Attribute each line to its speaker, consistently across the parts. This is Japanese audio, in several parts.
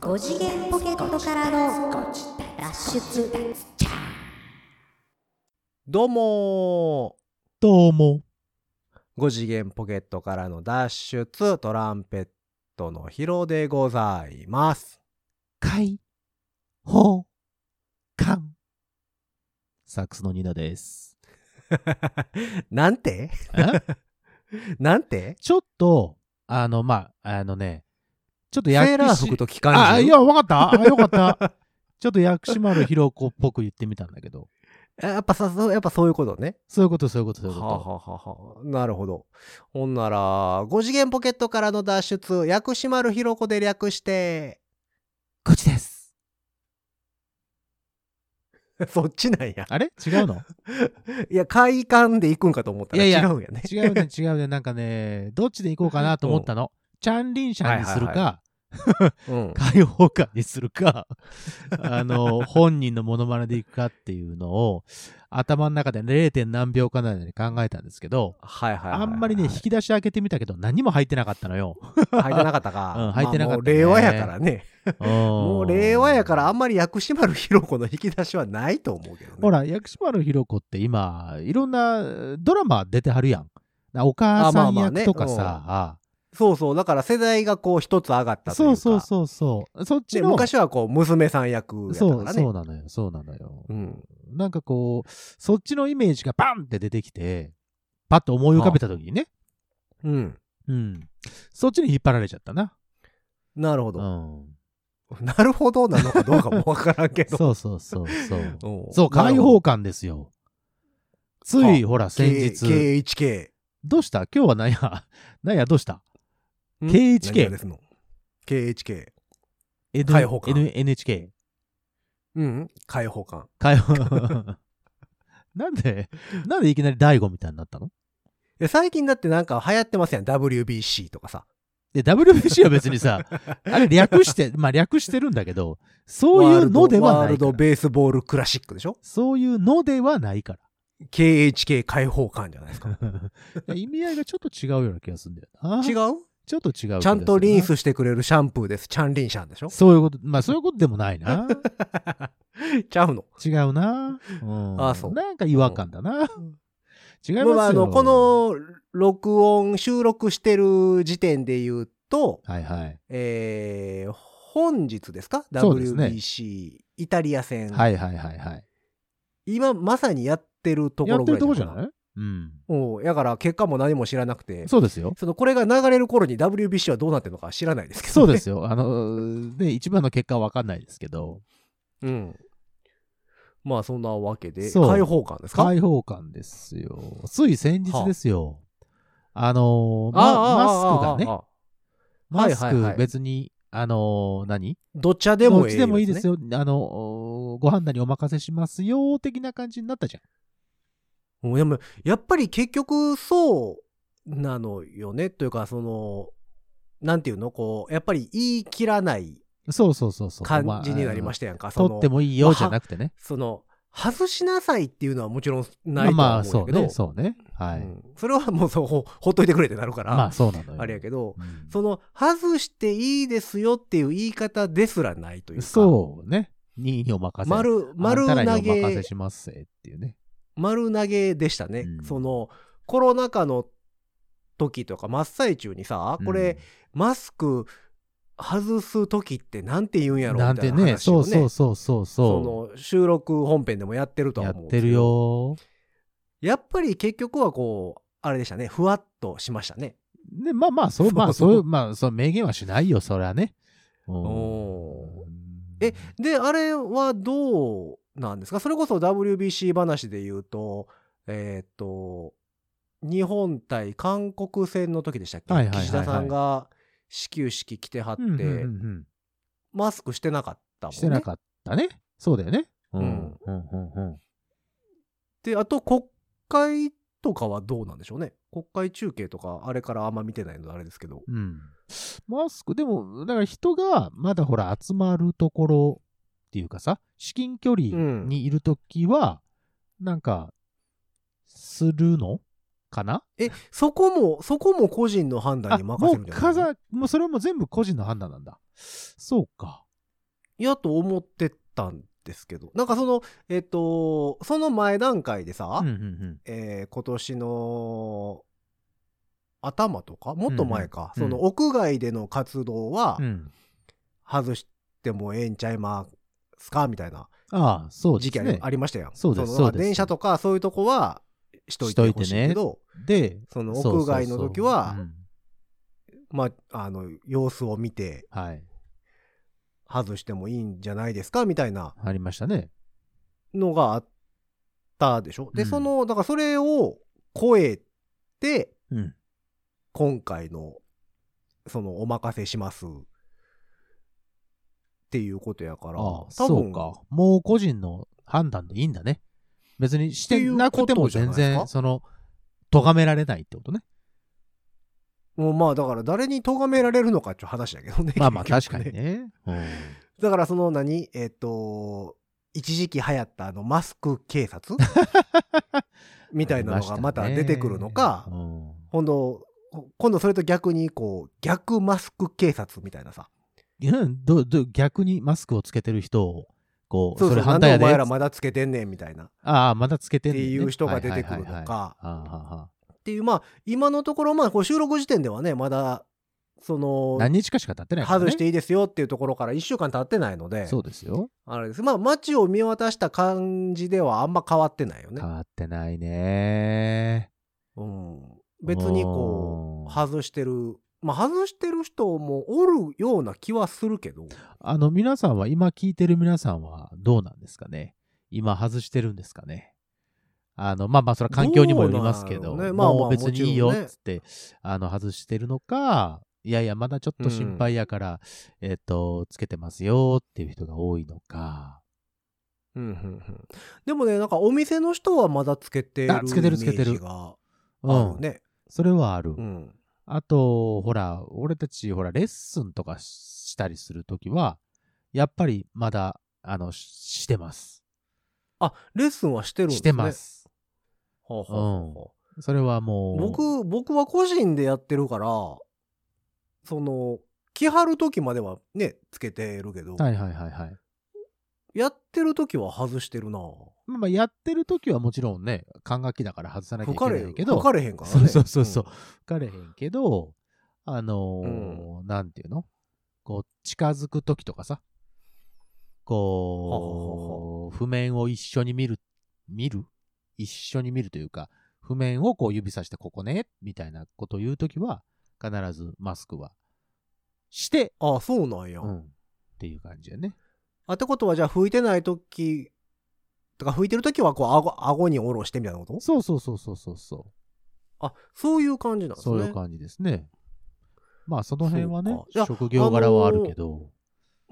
Speaker 1: 5次元ポケットからの脱出
Speaker 2: どうも
Speaker 3: どうも。
Speaker 2: ー !5 次元ポケットからの脱出トランペットのヒロでございます。
Speaker 3: 解放感。サックスのニナです。
Speaker 2: なんて
Speaker 3: え
Speaker 2: なんて
Speaker 3: ちょっと、あの、まあ、あのね、ちょっと
Speaker 2: セ
Speaker 3: 薬師
Speaker 2: ーラー服と機関
Speaker 3: あ、い
Speaker 2: 銃
Speaker 3: や、わかった。あ、よかった。 ちょっと薬師丸ひろ子っぽく言ってみたんだけど。
Speaker 2: あやっぱさ、そうやっぱそういうことね。
Speaker 3: そういうこと、そういうこと、そう
Speaker 2: は
Speaker 3: いう
Speaker 2: あ、は
Speaker 3: こと。
Speaker 2: あはあはあ、なるほど。ほんなら、5次元ポケットからの脱出、薬師丸ひろ子で略して、
Speaker 3: こっちです。
Speaker 2: そっちなんや。
Speaker 3: あれ違うの
Speaker 2: いや、快感で行くんかと思ったら
Speaker 3: い
Speaker 2: 違
Speaker 3: やいや
Speaker 2: うんやね。
Speaker 3: 違うね、違うね。なんかね、どっちで行こうかなと思 ったの。チャンリンシャンにする
Speaker 2: はいはい
Speaker 3: か、
Speaker 2: うん。
Speaker 3: 解放感にするか、 あの、本人のモノマネでいくかっていうのを、頭の中で 0. 点何秒かなのに考えたんですけど、
Speaker 2: はいはいはいはい、
Speaker 3: あんまりね、引き出し開けてみたけど、何も入ってなかった のよ。
Speaker 2: 入ってなかったか。
Speaker 3: うん入ってなかっ
Speaker 2: まあも
Speaker 3: たね
Speaker 2: う令和やからね。も
Speaker 3: も
Speaker 2: う令和やからあ
Speaker 3: ん
Speaker 2: んまり薬師丸ひろ子の引き出しはないと思うけどね。
Speaker 3: ほ。ら、薬師丸ひろ子って今、いろんなドラマ出てはるやん。なお母
Speaker 2: あま
Speaker 3: さ
Speaker 2: あ
Speaker 3: ん
Speaker 2: まあね
Speaker 3: 役とかさ、
Speaker 2: そうそう。だから世代がこう一つ上がったという
Speaker 3: そう
Speaker 2: か。
Speaker 3: そうそうそう。そっち
Speaker 2: で、
Speaker 3: の、
Speaker 2: 昔はこう娘さん役やったから
Speaker 3: そう、
Speaker 2: ね。
Speaker 3: そうなのよ、そうなのよ。
Speaker 2: うん。
Speaker 3: なんかこう、そっちのイメージがバンって出てきて、パッと思い浮かべた時にね、
Speaker 2: うん。
Speaker 3: うん。そっちに引っ張られちゃったな。
Speaker 2: なるほ
Speaker 3: う
Speaker 2: ど。
Speaker 3: ん。
Speaker 2: なるほどなのかどうかもわからんけど。
Speaker 3: そうそうそ うそう。
Speaker 2: うん
Speaker 3: そう、
Speaker 2: なる
Speaker 3: 開
Speaker 2: ほど
Speaker 3: 放感ですよ。つい、ほら、先
Speaker 2: K-
Speaker 3: 日。
Speaker 2: K1K。
Speaker 3: どうした今日は何や 何やどうした
Speaker 2: K1K 何
Speaker 3: K1K
Speaker 2: がですの ?K1K。
Speaker 3: N-
Speaker 2: 開放感
Speaker 3: N- ?NHK。
Speaker 2: うん。解放感。
Speaker 3: 開放。 なんで、なんでいきなり大悟みたいになったの
Speaker 2: いや最近だってなんか流行ってますやん。WBC とかさ。
Speaker 3: で、WBC は別に さ、あれ略して、まあ略してるんだけど、そういうのでは
Speaker 2: ワー
Speaker 3: ない
Speaker 2: ル
Speaker 3: か
Speaker 2: ド
Speaker 3: ら。
Speaker 2: ベースボールクラシックでしょ
Speaker 3: そういうのではないから。
Speaker 2: KHK 解放感じゃない ですか。
Speaker 3: 意味合いがちょっと違うような気がするんだよな。
Speaker 2: 違う
Speaker 3: ちょっと違う気がするな。
Speaker 2: ちゃんとリンスしてくれるシャンプーです。チャンリンシャンでしょ
Speaker 3: そういうこと、まあそういうことでもないな。
Speaker 2: ちゃうの。
Speaker 3: 違うな。うん、
Speaker 2: あそう
Speaker 3: なんか違和感だな。違いますよ。
Speaker 2: まあ、あの、こ、の録音、収録してる時点で言うと、
Speaker 3: はいはい。
Speaker 2: えー、本日ですか
Speaker 3: そうですね
Speaker 2: ?WBC イタリア戦。
Speaker 3: はいはいはいはい。
Speaker 2: 今まさにやってるとこ
Speaker 3: や
Speaker 2: ろ
Speaker 3: って
Speaker 2: ぐ
Speaker 3: る
Speaker 2: らい
Speaker 3: とこじゃ
Speaker 2: い
Speaker 3: ないうん。
Speaker 2: おうやから結果も何も知らなくて、
Speaker 3: そうですよ。
Speaker 2: そのこれが流れる頃に WBC はどうなってるのか知らないですけど、ね。
Speaker 3: そうですよ。あの、で、一番の結果は分かんないですけど、
Speaker 2: うん。まあそんなわけで、
Speaker 3: そう
Speaker 2: 開放感ですか
Speaker 3: 開放感ですよ。つい先日ですよ。あの、まマスクがね、
Speaker 2: ね。
Speaker 3: マ
Speaker 2: は
Speaker 3: ス
Speaker 2: いはいはい
Speaker 3: ク別に、あの、何
Speaker 2: どっちでも
Speaker 3: どっちでもいいです
Speaker 2: よ。
Speaker 3: よ。あの、おご判断にお任せしますよ、的な感じになったじゃん。
Speaker 2: もうでも、やっぱり結局そうなのよね。というか、その、なんていうのこう、やっぱり言い切らない
Speaker 3: そうそうそうそう。
Speaker 2: 感じになりま
Speaker 3: し
Speaker 2: したやんか。
Speaker 3: た取
Speaker 2: その
Speaker 3: ってもいいよじゃなくてね。
Speaker 2: その、外しなさいっていうのはもちろんない
Speaker 3: まあ
Speaker 2: と
Speaker 3: ま
Speaker 2: は
Speaker 3: あ、
Speaker 2: 思
Speaker 3: そううん
Speaker 2: だけど、
Speaker 3: ね。そうね。はい。
Speaker 2: うんそれはもうそうほほっといてくれってなるから、
Speaker 3: まあ、そうなのよ。
Speaker 2: あれやけど、
Speaker 3: ど。
Speaker 2: その、外していいですよっていう言い方ですらないというか。
Speaker 3: そうね。2位にお任せ。
Speaker 2: 丸、丸
Speaker 3: あんたら
Speaker 2: 投
Speaker 3: にお任
Speaker 2: げ
Speaker 3: せ、しますっていうね。
Speaker 2: 丸投げでしたね。
Speaker 3: うん
Speaker 2: その、コロナ禍の時とか真っ最中にさ、これ、マスク外す時ってなんて言うんや
Speaker 3: うん、
Speaker 2: ろ
Speaker 3: な
Speaker 2: み
Speaker 3: ん
Speaker 2: た
Speaker 3: て
Speaker 2: いな話をね
Speaker 3: ね、。そうそうそうそうそ
Speaker 2: その収録本編でもやってる
Speaker 3: う。
Speaker 2: とは
Speaker 3: や
Speaker 2: 思う
Speaker 3: っ
Speaker 2: けど
Speaker 3: てる。よ。
Speaker 2: やっぱり結局はこう、あれでしたね。ふわっとしましたね。
Speaker 3: ね、まあまあ、そう、まあ
Speaker 2: そう
Speaker 3: そ
Speaker 2: そう
Speaker 3: う、まあ、そう、明言はしないよ、それはね。うん
Speaker 2: お
Speaker 3: うん
Speaker 2: えで、あれはどうなんですかそれこそ WBC 話で言うと、えーっと、日本対韓国戦の時でしたっけ、
Speaker 3: はいはいはいはい
Speaker 2: 岸田さんが始球式来てはって、
Speaker 3: うんうんうん
Speaker 2: マスクしてなかったもん
Speaker 3: うん。
Speaker 2: ね。
Speaker 3: してなかったね。そうだよね。う
Speaker 2: うん。
Speaker 3: うんうんうん。
Speaker 2: で、あと国会とかはどうなんでしょうね。国会中継とか、あれからあんま見てないのであれですけど。
Speaker 3: うん。マスク、でも、だから人がまだほら集まるところっていうかさ、至近距離
Speaker 2: うん
Speaker 3: にいるときは、なんか、するのかな
Speaker 2: え、そこも、そこも個人の判断
Speaker 3: あ、
Speaker 2: に
Speaker 3: も
Speaker 2: 任せる
Speaker 3: うん
Speaker 2: じゃない
Speaker 3: 風、もうそれも全部個人の判断なんだ。そうか。
Speaker 2: やと思ってたんですけどなんかそのえっとその前段階でさ、
Speaker 3: うんうん
Speaker 2: えー今年の頭とかもっと前か、
Speaker 3: うんうん
Speaker 2: その屋外での活動は
Speaker 3: うんうん
Speaker 2: 外してもええんちゃいますかみたいな
Speaker 3: ああ、そうで
Speaker 2: 時期
Speaker 3: す
Speaker 2: あり
Speaker 3: ね。
Speaker 2: ありましたやん。
Speaker 3: そうで
Speaker 2: の
Speaker 3: す
Speaker 2: まあ
Speaker 3: そうです
Speaker 2: 電車とかそういうとこはしといてほしいけ
Speaker 3: しと
Speaker 2: ど、
Speaker 3: で、
Speaker 2: その
Speaker 3: そうそう
Speaker 2: 屋
Speaker 3: そう
Speaker 2: 外の時は、
Speaker 3: うん
Speaker 2: まあ、あの、様子を見て
Speaker 3: はい。
Speaker 2: 外してもいいんじゃないですかみたいな
Speaker 3: ありましたね。
Speaker 2: のがあったでしょ。で、
Speaker 3: うん
Speaker 2: その、だからそれを超えて、
Speaker 3: うん。
Speaker 2: 今回のそのお任せしますっていうことやから
Speaker 3: ああ、
Speaker 2: 多
Speaker 3: そう
Speaker 2: 分
Speaker 3: か。もう個人の判断でいいんだね。別にしてなくても
Speaker 2: っていう
Speaker 3: 全
Speaker 2: ことじゃないです
Speaker 3: 然、
Speaker 2: か
Speaker 3: その、咎められないってことね。
Speaker 2: もうまあだから誰に咎められるのかっていう話だけどね。
Speaker 3: まあまあ
Speaker 2: 結
Speaker 3: 確か
Speaker 2: 局
Speaker 3: にね。うん
Speaker 2: だからその何えっ、と一時期流行ったあのマスク警 察みたいなのがまた出てくるのか、
Speaker 3: うん
Speaker 2: 今度今度それと逆にこう逆マスク警察みたいなさ
Speaker 3: いやどど逆にマスクをつけてる人を、こう、
Speaker 2: そう
Speaker 3: そ
Speaker 2: そ
Speaker 3: れ
Speaker 2: うな
Speaker 3: 反
Speaker 2: んでお
Speaker 3: 対やで。
Speaker 2: 前らまだつけてんねんみたいなっ
Speaker 3: ああ、まだつけて
Speaker 2: て
Speaker 3: んねんね
Speaker 2: いう人が出てくるの。
Speaker 3: は
Speaker 2: か
Speaker 3: いはいはいはいああああああ
Speaker 2: っていうまあ今のところまあこう収録時点ではねまだその
Speaker 3: 何日かしか経ってないからね
Speaker 2: 外していいですよっていうところから1週間経ってないので
Speaker 3: そうですよ。
Speaker 2: あれですまあ街を見渡した感じではあんま変わってないよね
Speaker 3: 変。わってないね。
Speaker 2: うん、別にこ
Speaker 3: お
Speaker 2: う
Speaker 3: ー
Speaker 2: 外してるまあ外してる人もおるような気はするけど
Speaker 3: あの、皆さんは、今聞いてる皆さんはどうなんですかね今外してるんですかねあの、まあまあ、それは環境にもよりますけ
Speaker 2: ど
Speaker 3: ど、
Speaker 2: うなんやろうねまあまあ
Speaker 3: もう別にいいよ
Speaker 2: も
Speaker 3: っ
Speaker 2: ちろんね
Speaker 3: つって、あの、外してるのか、いやいや、まだちょっと心配やから、えっと、つけてますよっていう人が多いのか。
Speaker 2: うんうんうんでもねなんかお店の人はまだつけてるイメ
Speaker 3: あつけてるつけてる
Speaker 2: ージが
Speaker 3: う
Speaker 2: ある
Speaker 3: ん。
Speaker 2: ね。
Speaker 3: それはある。
Speaker 2: うん
Speaker 3: あと、ほら、俺たち、ほら、レッスンとかしたりするときは、やっぱりまだ、あの、ししてます。
Speaker 2: あレッスンはしてるんですね。
Speaker 3: してます。
Speaker 2: はあはあはあ
Speaker 3: うんそれはもう、
Speaker 2: 僕僕は個人でやってるからその着張る時まではねつけてるけど、
Speaker 3: はいはいはいはい。
Speaker 2: やってる時は外してるな
Speaker 3: まあまあ、やってる時はもちろんね、管楽器だから外さなきゃい
Speaker 2: 吹
Speaker 3: け
Speaker 2: か
Speaker 3: な
Speaker 2: れ
Speaker 3: いけど、
Speaker 2: 吹かれへんからね
Speaker 3: そうそうそうそう、吹かれへんけど、あのーなんていうのこう、近づく時とかさ、こう、譜面を一緒に見る、見る一緒に見るというか、譜面をこう指さして、ここね、みたいなことを言う時は、必ずマスクはして、
Speaker 2: うんあそうなんや、
Speaker 3: うん、っていう感じやね。
Speaker 2: あってことはじゃあ吹いてない時とか吹いてる時はこう顎顎に下ろしてみたいなこと
Speaker 3: そうそうそうそうそうそう。
Speaker 2: あそういう感じなんです
Speaker 3: そう
Speaker 2: ね
Speaker 3: いう感じですね。まあその辺はね
Speaker 2: そうかいや、
Speaker 3: 職業柄はあるけど。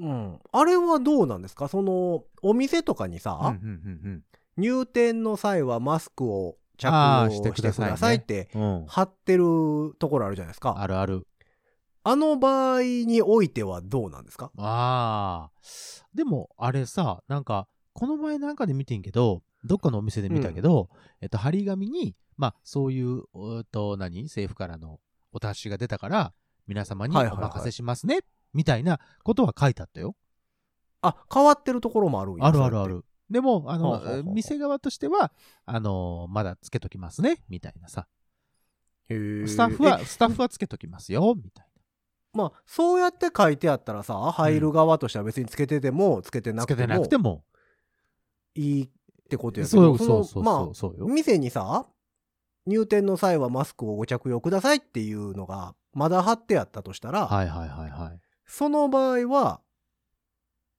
Speaker 2: うん、あれはどうなんですかそのお店とかにさ、
Speaker 3: うんうん
Speaker 2: 入店の際はマスクを着
Speaker 3: あ
Speaker 2: 用
Speaker 3: ーして
Speaker 2: してくだ
Speaker 3: くださいね
Speaker 2: さいって
Speaker 3: うんうん。うん
Speaker 2: 貼ってるところあるじゃないですか
Speaker 3: あるある。
Speaker 2: あの場合においてはどうなんですか
Speaker 3: ああ。でもあれさ、なんか、この前なんかで見てんけど、どっかのお店で見たけど、えっと、張り紙に、まあそういう、えっと、何政府からのお達しが出たから、皆様にお
Speaker 2: はいはいはい
Speaker 3: 任せしますね、みたいなことは書いてあったよ。
Speaker 2: あ、変わってるところもあるんや
Speaker 3: あるあるあ。
Speaker 2: そうやって
Speaker 3: る。でも、あ
Speaker 2: ほうほうほう
Speaker 3: の、
Speaker 2: ほう
Speaker 3: 店側としては、あの、まだつけときますね、みたいなさ。
Speaker 2: へー
Speaker 3: スタッフ
Speaker 2: え
Speaker 3: は、スタッフはつけときますよ、みたい
Speaker 2: まあ、そうやって書いてあったらさ、入る側としては別につけてても、つけて
Speaker 3: な。
Speaker 2: な
Speaker 3: つけ
Speaker 2: く
Speaker 3: て
Speaker 2: て
Speaker 3: な
Speaker 2: も
Speaker 3: くても。
Speaker 2: いいってことやけ
Speaker 3: そ
Speaker 2: ど、
Speaker 3: うそう
Speaker 2: の
Speaker 3: そう
Speaker 2: ま
Speaker 3: そうそう
Speaker 2: あ、
Speaker 3: よ。
Speaker 2: 店にさ、入店の際はマスクをご着用くださいっていうのが、まだ貼ってあったとしたら、
Speaker 3: はいはいはいはい。
Speaker 2: その場合は、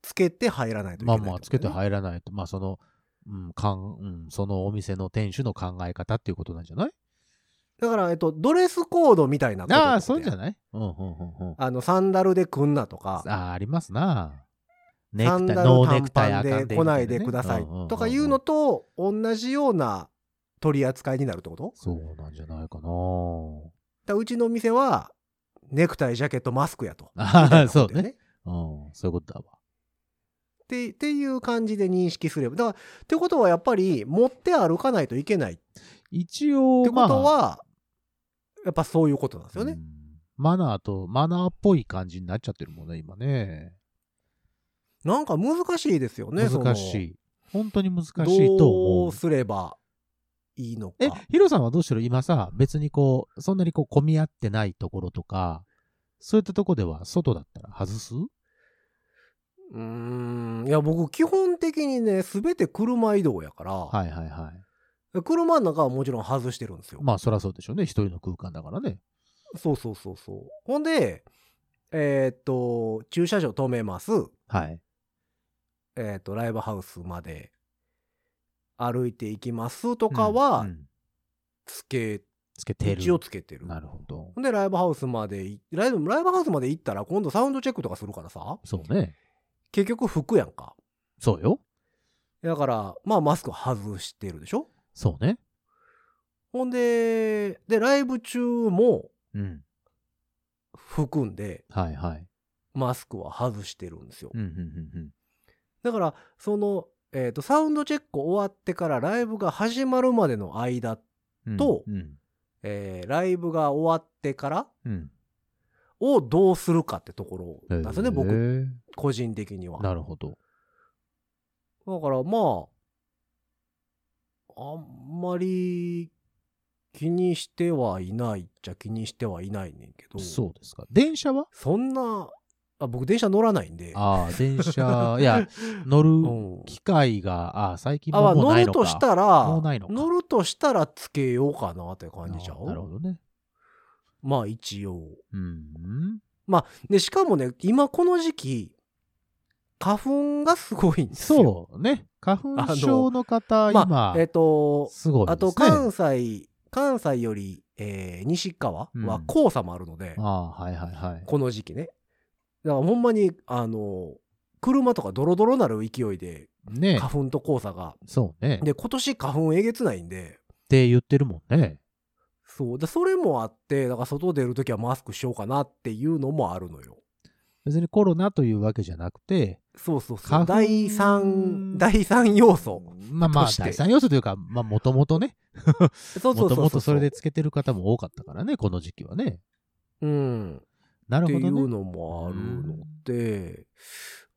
Speaker 2: つけて入らないといけ
Speaker 3: ま
Speaker 2: な
Speaker 3: あ
Speaker 2: いってことね、
Speaker 3: まあ、つけて入らないと、まあその、うん、かん、うん、そのお店の店主の考え方っていうことなんじゃない
Speaker 2: だから、えっと、ドレスコードみたいなこと
Speaker 3: ああ、そうじゃ
Speaker 2: い
Speaker 3: ないうんうんうんうん。あ
Speaker 2: あの、サンダルで来んなとか。
Speaker 3: あ、ありますな。ネ
Speaker 2: サ
Speaker 3: ク
Speaker 2: ン
Speaker 3: タイ、
Speaker 2: ダル
Speaker 3: ノーネ
Speaker 2: 短
Speaker 3: クタイ
Speaker 2: パ
Speaker 3: あ
Speaker 2: ン
Speaker 3: かん
Speaker 2: で
Speaker 3: で。
Speaker 2: 来ないでくださいとかいうの
Speaker 3: と。
Speaker 2: と同じような取り扱いになるってことだか
Speaker 3: そうなんじゃないかな。
Speaker 2: らうちの店はネクタイジャケットマスクやと。
Speaker 3: ああ、そう
Speaker 2: みたいなことだよ
Speaker 3: ね。。うん、そういうことだわ。
Speaker 2: ってっていう感じで認識すればだからってことはやっぱり持って歩かないといけないって
Speaker 3: 一応、
Speaker 2: こと
Speaker 3: まあ
Speaker 2: はやっぱそういうことなんですよね。
Speaker 3: うんマナーと、マナーっぽい感じになっちゃってるもんね、今ね。
Speaker 2: なんか難しいですよね、
Speaker 3: 難し
Speaker 2: い。
Speaker 3: い。本当に難し
Speaker 2: ど
Speaker 3: いと思
Speaker 2: う
Speaker 3: う。
Speaker 2: すればいいのか。
Speaker 3: え、ヒロさんはどうしろ今さ、別にこう、そんなにこう、混み合ってないところとか、そういったとこでは、外だったら外す
Speaker 2: うーん、いや、僕、基本的にね、すべて車移動やから、
Speaker 3: はいはいはい。
Speaker 2: 車の中はもちろん外してるんですよ。
Speaker 3: まあ、そりゃそうでしょうね。一人の空間だからね。
Speaker 2: そうそうそうそう。ほんで、えーっと、駐車場止めます。
Speaker 3: はい。
Speaker 2: えーっと、ライブハウスまで歩いていきますとかは、
Speaker 3: うんうん
Speaker 2: つけ、
Speaker 3: つけてる。
Speaker 2: 一応つけてる。
Speaker 3: なるほど。
Speaker 2: ほんで、ライブハウスまでい、ライブライブハウスまで行ったら、今度サウンドチェックとかするからさ、
Speaker 3: そうね。
Speaker 2: 結局服やんか。
Speaker 3: そうよ。
Speaker 2: だから、まあ、マスク外してるでしょ
Speaker 3: そうね。
Speaker 2: ほんで、で、ライブ中も
Speaker 3: うん。
Speaker 2: 含んで、
Speaker 3: はいはい。
Speaker 2: マスクは外してるんですよ。
Speaker 3: うん、うん、うん、うん。
Speaker 2: だから、その、えーと、サウンドチェック終わってからライブが始まるまでの間、
Speaker 3: うん
Speaker 2: と
Speaker 3: うん。
Speaker 2: えーライブが終わってから
Speaker 3: うん。
Speaker 2: をどうするかってところなんですよね、
Speaker 3: へー
Speaker 2: 僕、個人的には。だ
Speaker 3: な
Speaker 2: か
Speaker 3: るほど。
Speaker 2: ら、まあ、あんまり気にしてはいないっちゃ気にしてはいないねんけど、
Speaker 3: そうですか。電車は
Speaker 2: そんな、あ僕電車乗らないんで、
Speaker 3: ああ、電車、いや、乗
Speaker 2: うん
Speaker 3: る機会が、ああ、最近
Speaker 2: あまあ
Speaker 3: ももう
Speaker 2: 乗
Speaker 3: ない
Speaker 2: る
Speaker 3: のか。
Speaker 2: としたら
Speaker 3: もうないの、か
Speaker 2: 乗るとしたらつけようかなって感じちゃ
Speaker 3: ああなるほ
Speaker 2: う
Speaker 3: どね。
Speaker 2: まあ一応。
Speaker 3: うん。
Speaker 2: で、しかもね、今この時期、花粉がすごいんですよ。
Speaker 3: そうね。花粉症の方、今、
Speaker 2: まあ、えっ、と、
Speaker 3: すごいですね。
Speaker 2: あと関西、関西より、えー西川
Speaker 3: うん
Speaker 2: は黄砂もあるので、
Speaker 3: ああ、はいはいはい。
Speaker 2: この時期ね。だからほんまに、あの、車とかドロドロなる勢いで、
Speaker 3: ね
Speaker 2: 花粉と黄砂が。
Speaker 3: そうね。っ
Speaker 2: で、今年花粉えげつないんで、
Speaker 3: て言ってるもんね。
Speaker 2: そう。で、それもあって、だから外出るときはマスクしようかなっていうのもあるのよ。
Speaker 3: 別にコロナというわけじゃなくて、
Speaker 2: そうそうそ
Speaker 3: 花
Speaker 2: う。
Speaker 3: 粉
Speaker 2: 第3、第三要素。
Speaker 3: まあまあ
Speaker 2: とし、て
Speaker 3: 第三要素というか、まあ、もともとね、
Speaker 2: そうそ
Speaker 3: も
Speaker 2: うそう
Speaker 3: と
Speaker 2: そう
Speaker 3: もとそれでつけてる方も多かったからね、この時期はね。
Speaker 2: うん。
Speaker 3: な
Speaker 2: っ
Speaker 3: る
Speaker 2: て
Speaker 3: ほ
Speaker 2: い
Speaker 3: ど
Speaker 2: う
Speaker 3: ね。
Speaker 2: のもあるので、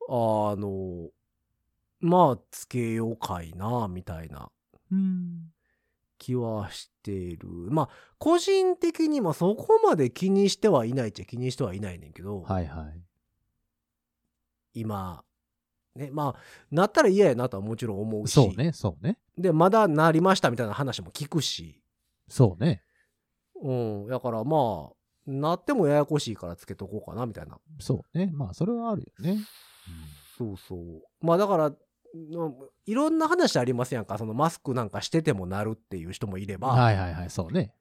Speaker 2: あの、まあ、つけようかいな、みたいな
Speaker 3: うん。
Speaker 2: 気はしている。まあ、個人的にもそこまで気にしてはいないっちゃ気にしてはいないねんけど、
Speaker 3: はいはい。
Speaker 2: 今、ね、まあ、なったら嫌やなとはもちろん思うし、
Speaker 3: そうね、そうね。
Speaker 2: で、まだなりましたみたいな話も聞くし、
Speaker 3: そうね。
Speaker 2: うん、だからまあ、なってもややこしいからつけとこうかな、みたいな。
Speaker 3: そうね。まあ、それはあるよね。
Speaker 2: そうそう。まあだから、ないろんな話ありますやんか。そのマスクなんかしててもなるっていう人もいれば、
Speaker 3: はいはいはい、そうね。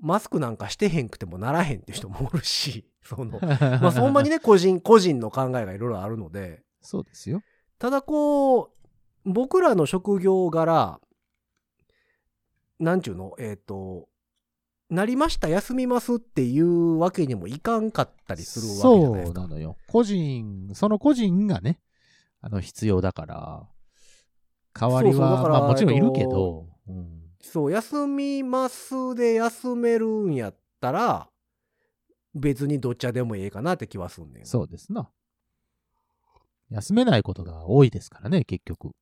Speaker 2: マスクなんかしてへんくてもならへんっていう人もおるし、 そ の、 ま
Speaker 3: ま
Speaker 2: あそんなに。ね、個人、個人の考えがいろいろあるので、
Speaker 3: そうですよ。
Speaker 2: ただこう、僕らの職業柄、なんちゅうのえっ、と、なりました、休みますっていうわけにもいかんかったりするわけじゃないで
Speaker 3: そ
Speaker 2: す
Speaker 3: う
Speaker 2: か。
Speaker 3: なのよ。個人、その個人がね、あの、必要だから、代わりは、
Speaker 2: そうそうだから
Speaker 3: まあもちろんいるけ
Speaker 2: えっ
Speaker 3: ど
Speaker 2: と、
Speaker 3: うん
Speaker 2: そう、休みますで休めるんやったら、別にどっちゃでもええかなって気はすんねん。
Speaker 3: そうですな。休めないことが多いですからね、結局。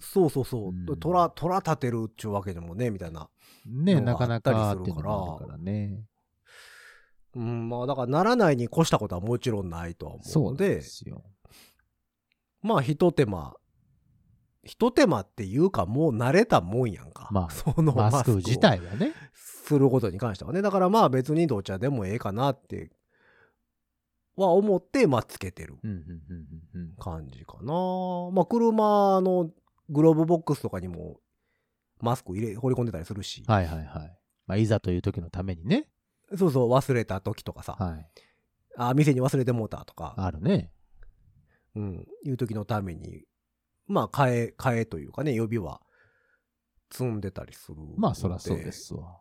Speaker 2: そうそうそう
Speaker 3: うん
Speaker 2: 虎、虎立てるっちゅうわけでもね、みたいな。
Speaker 3: ね、
Speaker 2: のが
Speaker 3: なかな
Speaker 2: あ
Speaker 3: か
Speaker 2: ったりするから
Speaker 3: もあるからね。
Speaker 2: うん、まあだからならないに越したことはもちろんないとは
Speaker 3: そ
Speaker 2: 思う
Speaker 3: う
Speaker 2: の
Speaker 3: なん
Speaker 2: で
Speaker 3: で、すよ。
Speaker 2: まあひと手間、ひと手間っていうかもう慣れたもんやんか。
Speaker 3: まあ
Speaker 2: その
Speaker 3: マスク
Speaker 2: を
Speaker 3: 自体はね。
Speaker 2: することに関してはね。だからまあ別にどっちゃでもええかなって、は思って、まあつけてる。
Speaker 3: うんうんうんうんうん
Speaker 2: 感じかな。まあ、車のグローブボックスとかにもマスク入れ、放り込んでたりするし。
Speaker 3: はいはいはい。まあ、いざという時のためにね。
Speaker 2: そうそう、忘れた時とかさ、
Speaker 3: はい。
Speaker 2: あ、店に忘れてもうたとか、
Speaker 3: あるね。
Speaker 2: うん、いう時のために、まあ、替え、替えというかね、予備は積んでたりする。
Speaker 3: まあ、そらそうで。すわ。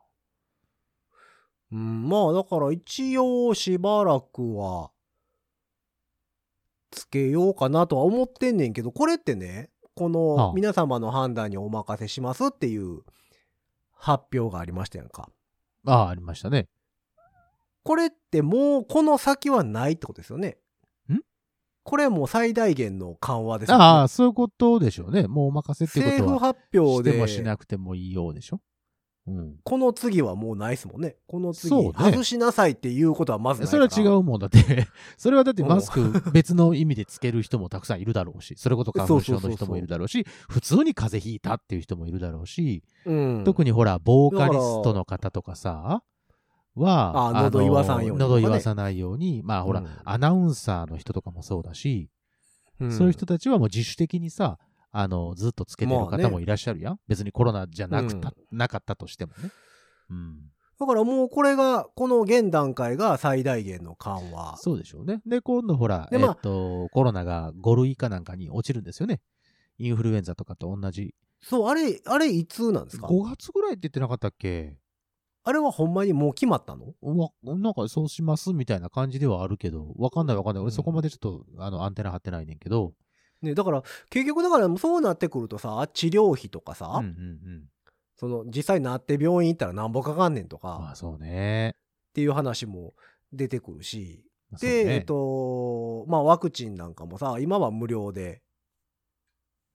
Speaker 2: うん、まあ、だから一応しばらくは、つけようかなとは思ってんねんけど、これってね、こ
Speaker 3: は
Speaker 2: の
Speaker 3: あ
Speaker 2: 皆様の判断にお任せしますっていう発表がありましたやんか。
Speaker 3: ああ、ありましたね。
Speaker 2: これってもうこの先はないってことですよね。
Speaker 3: ん
Speaker 2: これもう最大限の緩和ですよね
Speaker 3: ああ、そういうことでしょうね。もうお任せっていう
Speaker 2: 政
Speaker 3: こと
Speaker 2: 府
Speaker 3: は。
Speaker 2: 発
Speaker 3: し
Speaker 2: 表
Speaker 3: て
Speaker 2: で
Speaker 3: もしなくてもいいようでしょ。うん。
Speaker 2: この次はもうないですもんね。この次、
Speaker 3: そうね
Speaker 2: 外しなさいっていうことはまずない
Speaker 3: そ
Speaker 2: か
Speaker 3: れは
Speaker 2: ら。
Speaker 3: 違うもんだって、 それはだってマスク別の意味でつける人もたくさんいるだろうし、それこそ花粉症の人もいるだろうし、普通に風邪ひいたっていう人もいるだろうし、
Speaker 2: うん。
Speaker 3: 特にほら、ボーカリストの方とかさ、は、
Speaker 2: あ喉言わさんようにとか
Speaker 3: 喉
Speaker 2: ね
Speaker 3: 言わさないように、まあほら、
Speaker 2: うん
Speaker 3: アナウンサーの人とかもそうだし、
Speaker 2: うん
Speaker 3: そういう人たちはもう自主的にさ、あの、ずっとつけてる
Speaker 2: まあね
Speaker 3: 方もいらっしゃるやん。別にコロナじゃなくた、なかったとしてもね。うん。
Speaker 2: だからもうこれが、この現段階が最大限の緩和。
Speaker 3: そうでしょうね。で、今度ほら、
Speaker 2: でまあ
Speaker 3: えっと、コロナが5類かなんかに落ちるんですよね。インフルエンザとかと同じ。
Speaker 2: そう、あれ、あれいつなんですか
Speaker 3: 5月ぐらいって言ってなかったっけ
Speaker 2: あれはほんまにもう決まったの
Speaker 3: うわ、なんかそうしますみたいな感じではあるけど、わかんないわかんない。
Speaker 2: うん
Speaker 3: 俺そこまでちょっと、あの、アンテナ張ってないねんけど。
Speaker 2: ね、だから、結局だからそうなってくるとさ、治療費とかさ、
Speaker 3: うんうんうん。
Speaker 2: その実際なって病院行ったらなんぼかかんねんと
Speaker 3: ま
Speaker 2: か
Speaker 3: あそうね。
Speaker 2: っていう話も出てくるし、
Speaker 3: まあそうね
Speaker 2: で、えっ、と、まあワクチンなんかもさ、今は無料で、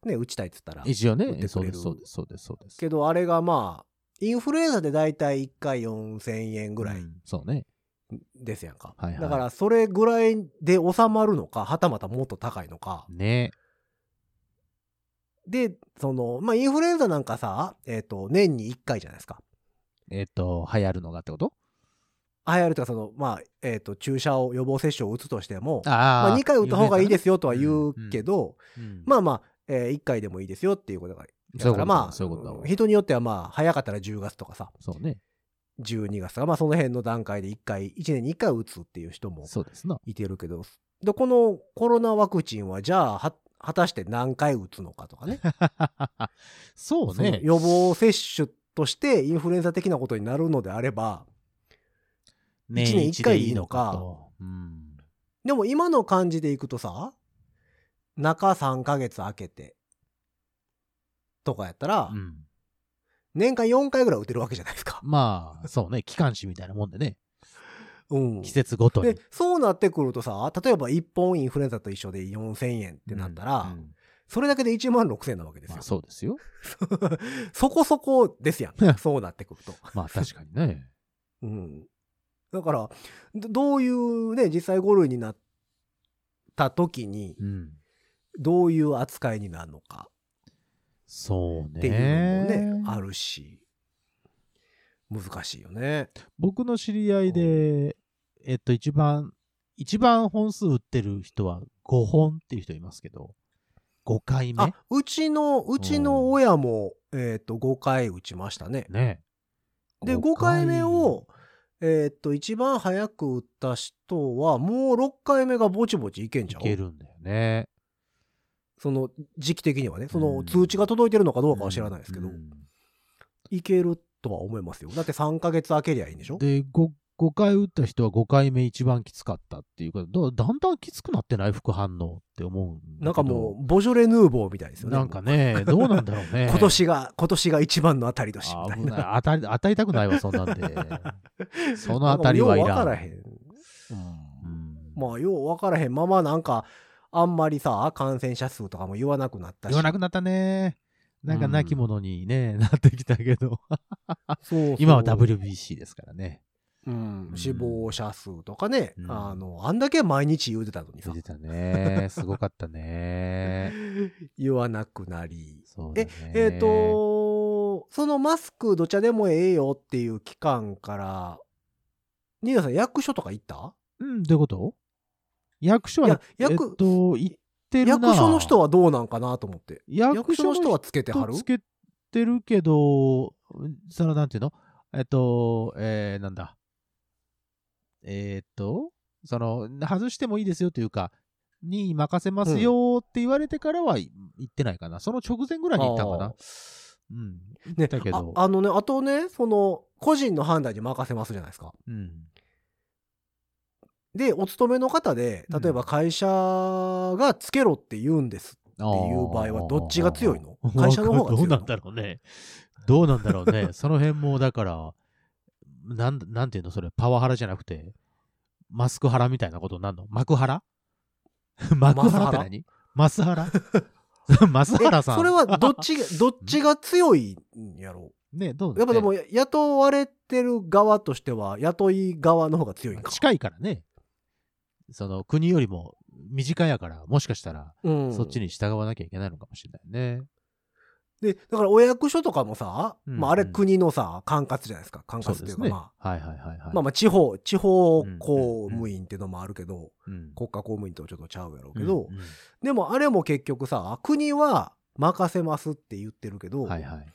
Speaker 2: ね、打ちたいっつったら。
Speaker 3: 一応
Speaker 2: 打って
Speaker 3: ね、そ
Speaker 2: く
Speaker 3: う
Speaker 2: れ
Speaker 3: で
Speaker 2: る
Speaker 3: す、そうです、そうです、そうです。
Speaker 2: けどあれがまあ、インフルエンザでだいたい1回4000円ぐらい
Speaker 3: うんそうね。
Speaker 2: ですやんか。
Speaker 3: はいはい
Speaker 2: だからそれぐらいで収まるのか、はたまたもっと高いのか。
Speaker 3: ね。
Speaker 2: で、その、まあインフルエンザなんかさ、えっ、と、年に1回じゃないですか。
Speaker 3: えっと、流行るのがってこと
Speaker 2: 流行るというか、その、まあ、えっ、と、注射を、予防接種を打つとしても、
Speaker 3: あ。
Speaker 2: まあ2回打った方がいいですすよとは言うけど、
Speaker 3: うん
Speaker 2: まあまあ、え1回でもいいですよっていうことが。
Speaker 3: そういうこと
Speaker 2: だからまあ、
Speaker 3: そういうことだわ
Speaker 2: 人によってはまあ、早かったら10月とかさ、
Speaker 3: そうね。
Speaker 2: 12月とか、まあその辺の段階で1回、1年に1回打つっていう人も
Speaker 3: そうですな。
Speaker 2: いてるけど、で、このコロナワクチンは、じゃあ、は果たして何回打つのかとかね。
Speaker 3: そう
Speaker 2: その
Speaker 3: ね。
Speaker 2: 予防接種としてインフルエンザ的なことになるのであれば、
Speaker 3: 年
Speaker 2: 一年一回
Speaker 3: で
Speaker 2: いいの
Speaker 3: と。うん。
Speaker 2: でも今の感じでいくとさ、中3ヶ月空けて、とかやったら
Speaker 3: う、ん
Speaker 2: 年間4回ぐらい打てるわけじゃないですか。
Speaker 3: まあ、そうね。機関士みたいなもんでね。
Speaker 2: うん。
Speaker 3: 季節ごとに。
Speaker 2: で、そうなってくるとさ、例えば1本インフルエンザと一緒で4000円ってなったら、
Speaker 3: うんうん
Speaker 2: それだけで1万6000円なわけですよ
Speaker 3: まあ、。そうですよ。
Speaker 2: そこそこですや ん。そうなってくると。
Speaker 3: まあ、確か にね。
Speaker 2: うん。だから、どどういうね、実際5類になった時に、
Speaker 3: うん。
Speaker 2: どういう扱いになるのか
Speaker 3: そう
Speaker 2: っていうのもね
Speaker 3: ね、。
Speaker 2: あるし、難しいよね。
Speaker 3: 僕の知り合いで、えっと、一番、一番本数売ってる人は5本っていう人いますけど、5回目
Speaker 2: あ、うちの、うちの親も、えっ、と、5回打ちましたね。
Speaker 3: ね。
Speaker 2: で、5回目を、、えっ、と、一番早く打った人は、もう6回目がぼちぼちいけん
Speaker 3: い
Speaker 2: じゃん。
Speaker 3: けるんだよね。
Speaker 2: その、時期的にはね、そうの、
Speaker 3: ん
Speaker 2: 通知が届いてるのかどうかは知らないですけど、
Speaker 3: うん
Speaker 2: いけるとは思いますよ。だって3ヶ月空けりゃいいんでしょ
Speaker 3: で 5, 5回打った人は5回目一番きつかったっていうかだだんだんきつくなってない副反応って思うんだけど
Speaker 2: なんかもう、ボジョレ・ヌーボーみたいですよね。
Speaker 3: なんかねどうなんだろうね
Speaker 2: 今年が、今年が一番の当たり年み
Speaker 3: あ
Speaker 2: たい
Speaker 3: 危
Speaker 2: な。
Speaker 3: ない当たり当たりたくないわそ んなんでその当たりはい
Speaker 2: なんからもうようわから
Speaker 3: ん
Speaker 2: へん。
Speaker 3: う ん
Speaker 2: まあ、ようわからへんまま、なんか、あんまりさ、感染者数とかも言わなくなったし。
Speaker 3: 言わなくなったねなんか亡き者にね、なってきたけど
Speaker 2: そうそう
Speaker 3: 今は WBC ですからね
Speaker 2: うん
Speaker 3: うん
Speaker 2: 死亡者数とかね、
Speaker 3: うん
Speaker 2: あの、あんだけ毎日言うてたのに
Speaker 3: 出
Speaker 2: さ、
Speaker 3: てたねすごかった ね
Speaker 2: 言わなくなり。
Speaker 3: そうだ
Speaker 2: え
Speaker 3: ね、
Speaker 2: えっ、と、そのマスクどちらでもええよっていう期間から、ニーナさん役所とか行った
Speaker 3: うん、どういうこと役所はね、
Speaker 2: いや役
Speaker 3: えっと、行ってるな。
Speaker 2: 役所の人
Speaker 3: は、
Speaker 2: はどうなんかなと思って。
Speaker 3: 役
Speaker 2: 役所
Speaker 3: 所
Speaker 2: の
Speaker 3: の人
Speaker 2: 人は
Speaker 3: は
Speaker 2: つけてはる
Speaker 3: つけてるけど、その、なんていうのえっと、えー、なんだ。えーっと、その、外してもいいですよというか、に任せますよって言われてからは行ってないかな。その直前ぐらいに行ったか
Speaker 2: あ
Speaker 3: な
Speaker 2: ー。
Speaker 3: うん。
Speaker 2: ね
Speaker 3: だけど
Speaker 2: ああのね、あとね、その、個人の判断に任せますじゃないですか。
Speaker 3: うん。
Speaker 2: で、お勤めの方で、例えば会社がつけろって言うんです。
Speaker 3: って
Speaker 2: いう場合はどっちが強いの会
Speaker 3: 会
Speaker 2: 社
Speaker 3: 社
Speaker 2: の方
Speaker 3: の方
Speaker 2: が強いの
Speaker 3: がどうなんだろうね。どうなんだろ うね。その辺も、だから、なん、 なんていうのそれ、パワハラじゃなくて、マスクハラみたいなことになるの幕ハラ幕張って何マスハラマスハラさん。
Speaker 2: それはどっち が、どっちが強いんやろ
Speaker 3: ね、どう
Speaker 2: う。
Speaker 3: な
Speaker 2: やっ
Speaker 3: ん
Speaker 2: ぱ
Speaker 3: す
Speaker 2: で
Speaker 3: かね
Speaker 2: も、雇われてる側としては、雇い側の方が強いんか。
Speaker 3: 近いからね。その国よりも短いやから、もしかしたら、
Speaker 2: うん
Speaker 3: そっちに従わなきゃいけないのかもしれないね。
Speaker 2: で、だからお役所とかもさ、
Speaker 3: うん
Speaker 2: まああれ国のさ、管轄じゃないですか。管
Speaker 3: そう
Speaker 2: 轄っ
Speaker 3: で
Speaker 2: ていう
Speaker 3: す
Speaker 2: か、
Speaker 3: ね。
Speaker 2: まあ、
Speaker 3: はいはいはいはい。
Speaker 2: まあまあ地方、地方公
Speaker 3: うんうんう
Speaker 2: 務
Speaker 3: ん
Speaker 2: 員っていうのもあるけど、
Speaker 3: うん
Speaker 2: 国家公務員とはちょっとちゃうやろうけど、
Speaker 3: うんうん
Speaker 2: でもあれも結局さ、国は任せますって言ってるけど、
Speaker 3: はいはい。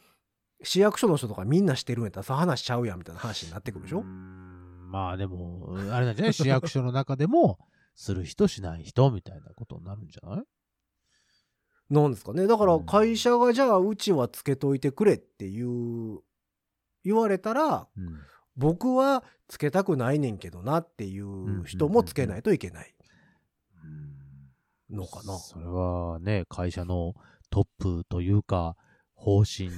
Speaker 2: 市役所の人とかみんなしてるんやったらさ、話しちゃうやんみたいな話になってくるでし
Speaker 3: う
Speaker 2: ょ
Speaker 3: ーんまあでも、あれなんじゃない市役所の中でも、する人しない人みたいなことになるんじゃない
Speaker 2: なんですかね。だから会社がじゃあうちはつけといてくれっていう、言われたら、
Speaker 3: うん
Speaker 2: 僕はつけたくないねんけどなっていう人もつけないといけないのかな。
Speaker 3: それはね、会社のトップというか、方針、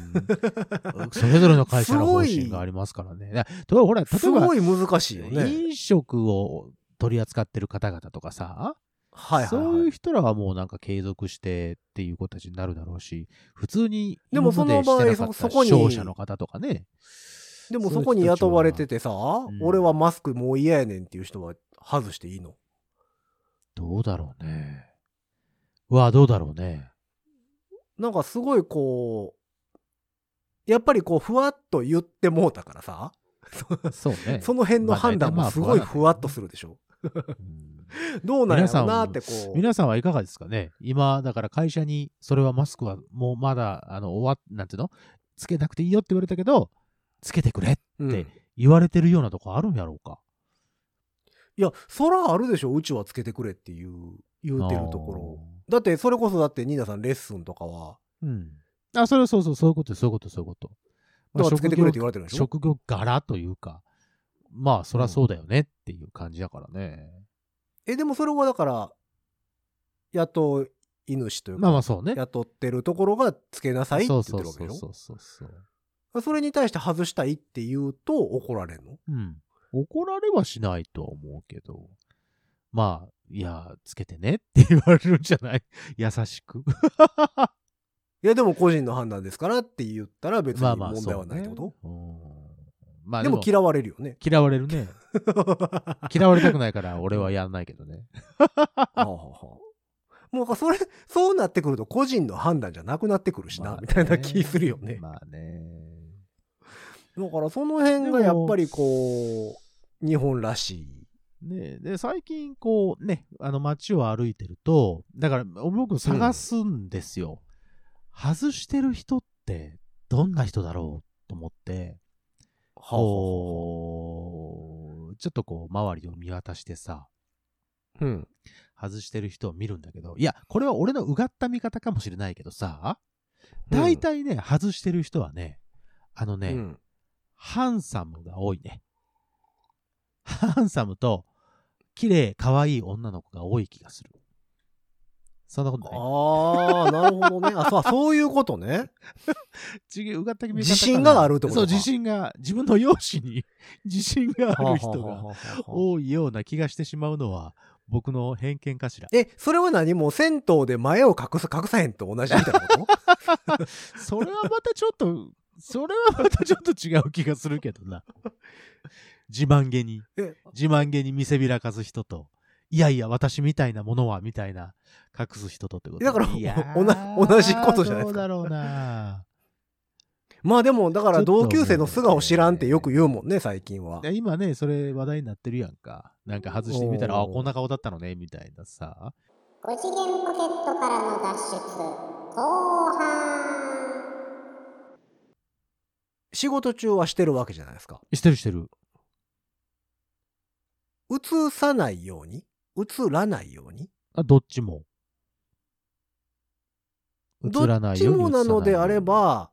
Speaker 3: それぞれの会社の方
Speaker 2: すご
Speaker 3: 針
Speaker 2: い
Speaker 3: がありますからね。だ例えばほら、例
Speaker 2: す
Speaker 3: えば
Speaker 2: ごい難しいよね。
Speaker 3: 飲食を取り扱ってる方々とかさ、
Speaker 2: はいはい、はい。
Speaker 3: そういう人らはもうなんか継続してっていう子たちになるだろうし、普通に
Speaker 2: でも
Speaker 3: 今まし
Speaker 2: その
Speaker 3: てなか
Speaker 2: 場合
Speaker 3: った
Speaker 2: そそこに
Speaker 3: 商社の方とかね。
Speaker 2: でもそこに雇われててさ、
Speaker 3: ん
Speaker 2: 俺はマスクもう嫌やねんっていう人は外していいの
Speaker 3: どうだろうね。うわ、どうだろうね。
Speaker 2: なんかすごいこう、やっぱりこうふわっと言ってもうたからさ、
Speaker 3: そう ね。
Speaker 2: その辺の判断
Speaker 3: ま
Speaker 2: も
Speaker 3: あ大体
Speaker 2: す
Speaker 3: まあ
Speaker 2: ごいふわっとするでしょ。
Speaker 3: うん
Speaker 2: どうなんやろうなってこう。
Speaker 3: 皆さんはいかがですかね今、だから会社に、それはマスクはもうまだ、あの、終わっ、なんていうのつけなくていいよって言われたけど、つけてくれって
Speaker 2: うんい
Speaker 3: 言われてるようなとこあるんやろうか。
Speaker 2: や、そらあるでしょ、うちはつけてくれっていう、言うてるところ。だってそれこそだってニーナさんレッスンとかは、
Speaker 3: あー。うん。あ、それはそうそう、そういうこと、そういうこと、そういうこと。
Speaker 2: だからつけてくれって言
Speaker 3: 職業
Speaker 2: われてるでしょ。
Speaker 3: 職業柄というか、まあ、そりゃそうだよねっていう感じだからね。
Speaker 2: え、でもそれはだから、雇い主というか、
Speaker 3: まあまあ、そうね。
Speaker 2: 雇ってるところがつけなさいって言
Speaker 3: そ
Speaker 2: っ
Speaker 3: う
Speaker 2: て
Speaker 3: そう
Speaker 2: るわ
Speaker 3: そ
Speaker 2: けで
Speaker 3: う
Speaker 2: し
Speaker 3: そ
Speaker 2: ょ
Speaker 3: うそうそう。
Speaker 2: それに対して外したいって言うと怒られるの
Speaker 3: うん。怒られはしないとは思うけど、まあ、いや、つけてねって言われるんじゃない 優しく。
Speaker 2: いやでも個人の判断ですからって言ったら別に
Speaker 3: まあまあ、
Speaker 2: 問題はないってこと、
Speaker 3: そうねうんまあ、
Speaker 2: で
Speaker 3: で
Speaker 2: も
Speaker 3: も、
Speaker 2: 嫌われるよね
Speaker 3: 嫌われるね。嫌われたくないから、俺はやんないけどね。
Speaker 2: はあはあはあ もうなんかそれそうなってくると個人の判断じゃなくなってく るしな、
Speaker 3: まあね
Speaker 2: みたいな気するよね、
Speaker 3: まあね。
Speaker 2: だからその辺がやっぱりこう日本らしい
Speaker 3: ねで、最近、こう、ね、あの、街を歩いてると、だから、僕探すんですよ。外してる人って、どんな人だろうと思って、こう、ちょっとこう、周りを見渡してさ、
Speaker 2: うん
Speaker 3: 外してる人を見るんだけど、いや、これは俺のうがった見方かもしれないけどさ、大体ね、外してる人はね、あのね、
Speaker 2: うん
Speaker 3: ハンサムが多いね。ハンサムと、綺麗、可愛い女の子が多い気がする。そんなことない
Speaker 2: ああなるほどねあそうそういうことね
Speaker 3: 違ううがった見方かな
Speaker 2: 自信があるってこと
Speaker 3: そう、
Speaker 2: か
Speaker 3: 自信が、自分の容姿に 自信が ある人
Speaker 2: はあはあ
Speaker 3: が
Speaker 2: はあはあ
Speaker 3: 多いような気がしてしまうのは、僕の偏見かしら。
Speaker 2: え、それは何もう銭湯で前を隠す、隠さへんと同じみたいなこと
Speaker 3: それはまたちょっと、それはまたちょっと違う気がするけどな。自慢げに、
Speaker 2: え
Speaker 3: 自慢げに見せびらかす人と、いやいや、私みたいなものは、みたいな、隠す人とってこと
Speaker 2: だから
Speaker 3: いや
Speaker 2: おな同じことじゃない
Speaker 3: ど
Speaker 2: ですか
Speaker 3: うだろうな。
Speaker 2: まあでも、だから
Speaker 3: ちょっと
Speaker 2: 同級生の素顔知らんってよく言うもんね、最近は。
Speaker 3: で今ね、それ話題になってるやんか。なんか外してみたら、あ、
Speaker 2: おー
Speaker 3: こんな顔だったのね、みたいなさ。
Speaker 1: 5次元ポケットからの脱出後半
Speaker 2: 仕事中はしてるわけじゃないですか。
Speaker 3: してるしてる。
Speaker 2: 映さないように映らないように
Speaker 3: あ、どっちも。映らないように
Speaker 2: どっちもなのであれ、
Speaker 3: 映さないように
Speaker 2: ば、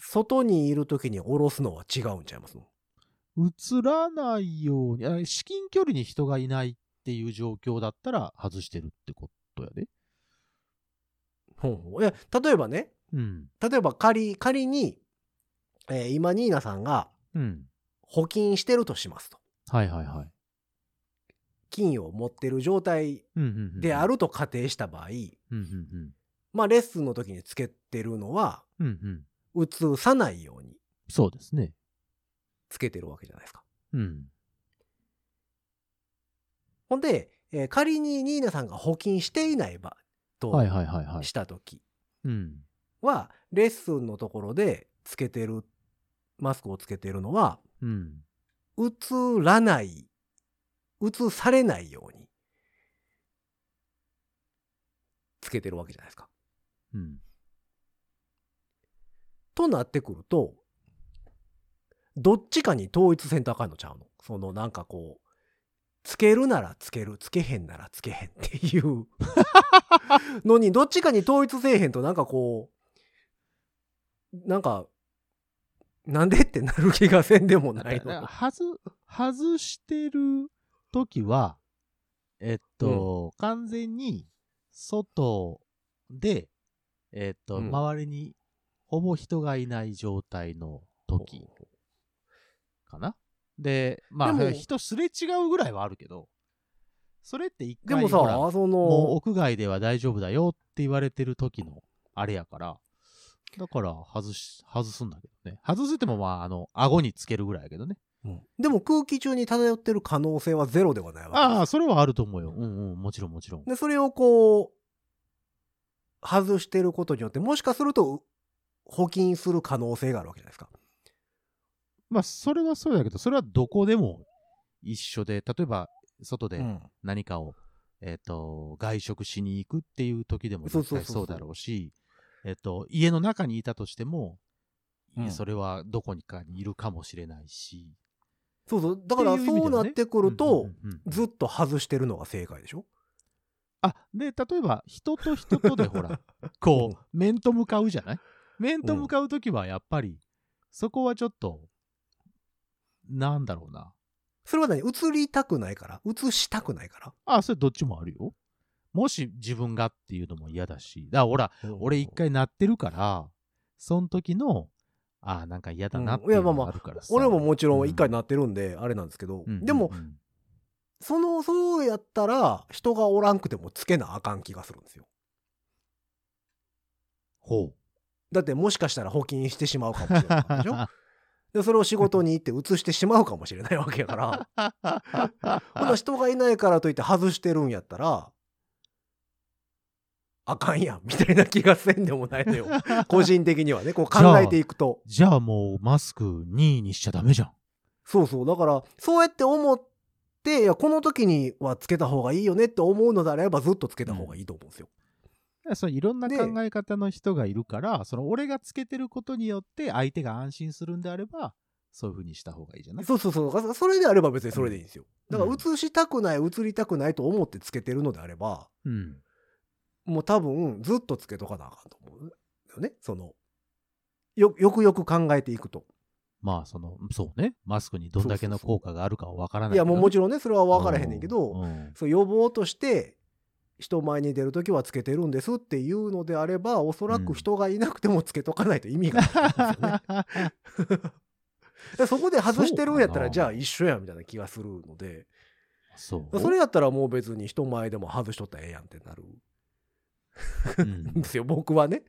Speaker 2: 外にいる時に下ろすのは違うんちゃいますの
Speaker 3: 映らないように、あ至近距離に人がいないっていう状況だったら外してるってことやで。
Speaker 2: ほんほんいや、例えばね、
Speaker 3: うん。
Speaker 2: 例えば仮、仮に、えー今、ニーナさんが
Speaker 3: うん。
Speaker 2: 補金してるとしますと。
Speaker 3: はいはいはい。
Speaker 2: 金を持ってる状態
Speaker 3: うんうんうん
Speaker 2: であると仮定した場合、
Speaker 3: うんうん
Speaker 2: まあレッスンの時につけてるのは、
Speaker 3: うんうんうん
Speaker 2: うつさないように
Speaker 3: そうですね
Speaker 2: つけてるわけじゃないですか。
Speaker 3: うん
Speaker 2: ほんで、えー仮にニーナさんが補金していない場と
Speaker 3: はいはいはいはい
Speaker 2: した時
Speaker 3: うん
Speaker 2: は、レッスンのところでつけてる、マスクをつけてるのは、
Speaker 3: うん
Speaker 2: うつらない、うつされないようにつけてるわけじゃないですか。
Speaker 3: うん
Speaker 2: となってくると、どっちかに統一せんとあかんのちゃうのそのなんかこう、つけるならつける、つけへんならつけへんっていうのに、どっちかに統一せえへんとなんかこう、なんか、なんでってなる気がせんでもない
Speaker 3: だ
Speaker 2: の。
Speaker 3: から外外してる時はえっと、完全に外でえっと、
Speaker 2: うん
Speaker 3: 周りにほぼ人がいない状態の時かなでまあ
Speaker 2: でも
Speaker 3: 人すれ違うぐらいはあるけどそれって一
Speaker 2: で
Speaker 3: 回
Speaker 2: もさ
Speaker 3: ほら、
Speaker 2: そ
Speaker 3: もう
Speaker 2: の、
Speaker 3: 屋外では大丈夫だよって言われてる時のあれやから、だから外し、外すんだけどね。外すってもまあ、あの、顎につけるぐらいやけどね。
Speaker 2: うんでも空気中に漂ってる可能性はゼロではないわけですよ
Speaker 3: ああ、それはあると思うよ。うんうん、もちろんもちろん。
Speaker 2: で、それをこう、外してることによって、もしかすると、補金する可能性があるわけじゃないですか。
Speaker 3: まあ、それはそうだけど、それはどこでも一緒で、例えば、外で
Speaker 2: ん。
Speaker 3: 何かを、えっ、と、外食しに行くっていう時でも
Speaker 2: そう
Speaker 3: 絶
Speaker 2: そうそう
Speaker 3: 対
Speaker 2: そう
Speaker 3: そうだろうし、えっ、と、家の中にいたとしても、いや
Speaker 2: うん
Speaker 3: それはどこにかにいるかもしれないし。
Speaker 2: そうそう。だから、
Speaker 3: っていう意味
Speaker 2: そ
Speaker 3: で
Speaker 2: う
Speaker 3: はね
Speaker 2: なってくると
Speaker 3: うん、うんうんうん
Speaker 2: ずっと外してるのが正解でしょ
Speaker 3: あ、で、例えば、人と人とで ほら、こう、面と向かうじゃない面と向かうときは、やっぱり、そこはちょっと、なんだろうな。
Speaker 2: それは何映りたくないから映したくないか
Speaker 3: あ、それどっちもあるよ。もし自分がっていうのも嫌だし、だからほら、
Speaker 2: ら
Speaker 3: 俺一回鳴ってるから、その時の、あーなんか嫌だなって
Speaker 2: うんい
Speaker 3: い
Speaker 2: や
Speaker 3: う
Speaker 2: まあ
Speaker 3: の
Speaker 2: まあ
Speaker 3: があるからさ。
Speaker 2: 俺ももちろん一回
Speaker 3: な
Speaker 2: なってるんで、あれなんですけど、でも、そのそうやったら人がおらんくてもつけなあかん気がするんですよ
Speaker 3: ほ
Speaker 2: だってもしかしたら補金してしまうかもしれないわけでしょ
Speaker 3: う。
Speaker 2: でそれを仕事に行って移してしまうかもしれないわけやからほな人がいないからといって外してるんやったら、あかんやん、みたいな気がせんでもないの よ。個人的にはね、こう考えていくと。
Speaker 3: じゃあもう、マスク2位にしちゃダメじゃん。
Speaker 2: そうそう。だから、そうやって思って、いや、この時にはつけた方がいいよねって思うのであれば、ずっとつけた方がいいと思うんですよ。
Speaker 3: そのいろんな
Speaker 2: で
Speaker 3: 考え方の人がいるから、その俺がつけてることによって相手が安心するんであれば、そういうふうにした方がいいじゃない
Speaker 2: そうそうそう。だからそれであれば別にそれでいいんですよ。だから、
Speaker 3: うん
Speaker 2: 映したくない、映りたくないと思ってつけてるのであれば、
Speaker 3: うん。
Speaker 2: もう多分、ずっとつけとかなあかんと思う。よね。その、よ、よくよく考えていくと。
Speaker 3: まあ、その、そうね。マスクにどんだけの効果があるかはわからな
Speaker 2: い
Speaker 3: いけ
Speaker 2: や
Speaker 3: どね、
Speaker 2: もうもちろんねそれは分からへんねんけど、
Speaker 3: うんうん
Speaker 2: そう予防として人前に出るときはつけてるんですっていうのであればおそら
Speaker 3: う
Speaker 2: く
Speaker 3: ん
Speaker 2: 人がいなくてもつけとかないと意味がないと思うんですよね でそこで外してるんやった
Speaker 3: そうからな
Speaker 2: じゃあ一緒やみたいな気がするので
Speaker 3: そう。
Speaker 2: それやったらもう別に人前でも外しとったらええやんってなる
Speaker 3: うん
Speaker 2: んですよ僕はね。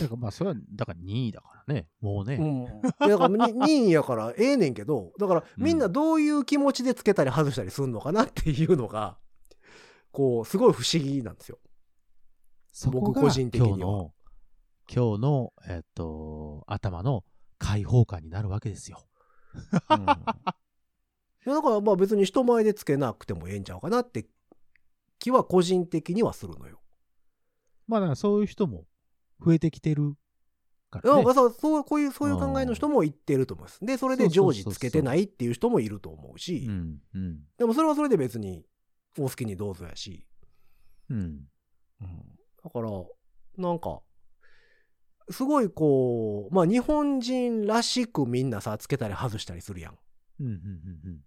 Speaker 3: だからまあ、それは、だから2位だからね。 もうね。
Speaker 2: うん、いやだからに任意やからええねんけどだからみんなどういう気持ちでつけたり外したりするのかなっていうのがこうすごい不思議なんですよ。
Speaker 3: そこ
Speaker 2: 僕
Speaker 3: が
Speaker 2: 個人的には
Speaker 3: 今日の、今日の、えっと、頭の解放感になるわけですよ。
Speaker 2: うん いやだからまあ別に人前でつけなくてもええんちゃうかなって気は個人的にはするのよ。
Speaker 3: まあ、だからそういう人も増えてきてるか
Speaker 2: だか
Speaker 3: らね。
Speaker 2: らそうそうこういうそういう考えの人も言ってると思います。でそれで常時つけてないっていう人もいると思うし
Speaker 3: うん。うん。
Speaker 2: でもそれはそれで別にお好きにどうぞやし
Speaker 3: うん。
Speaker 2: だからなんかすごいこうまあ日本人らしくみんなさつけたり外したりするやん。
Speaker 3: うんうんうん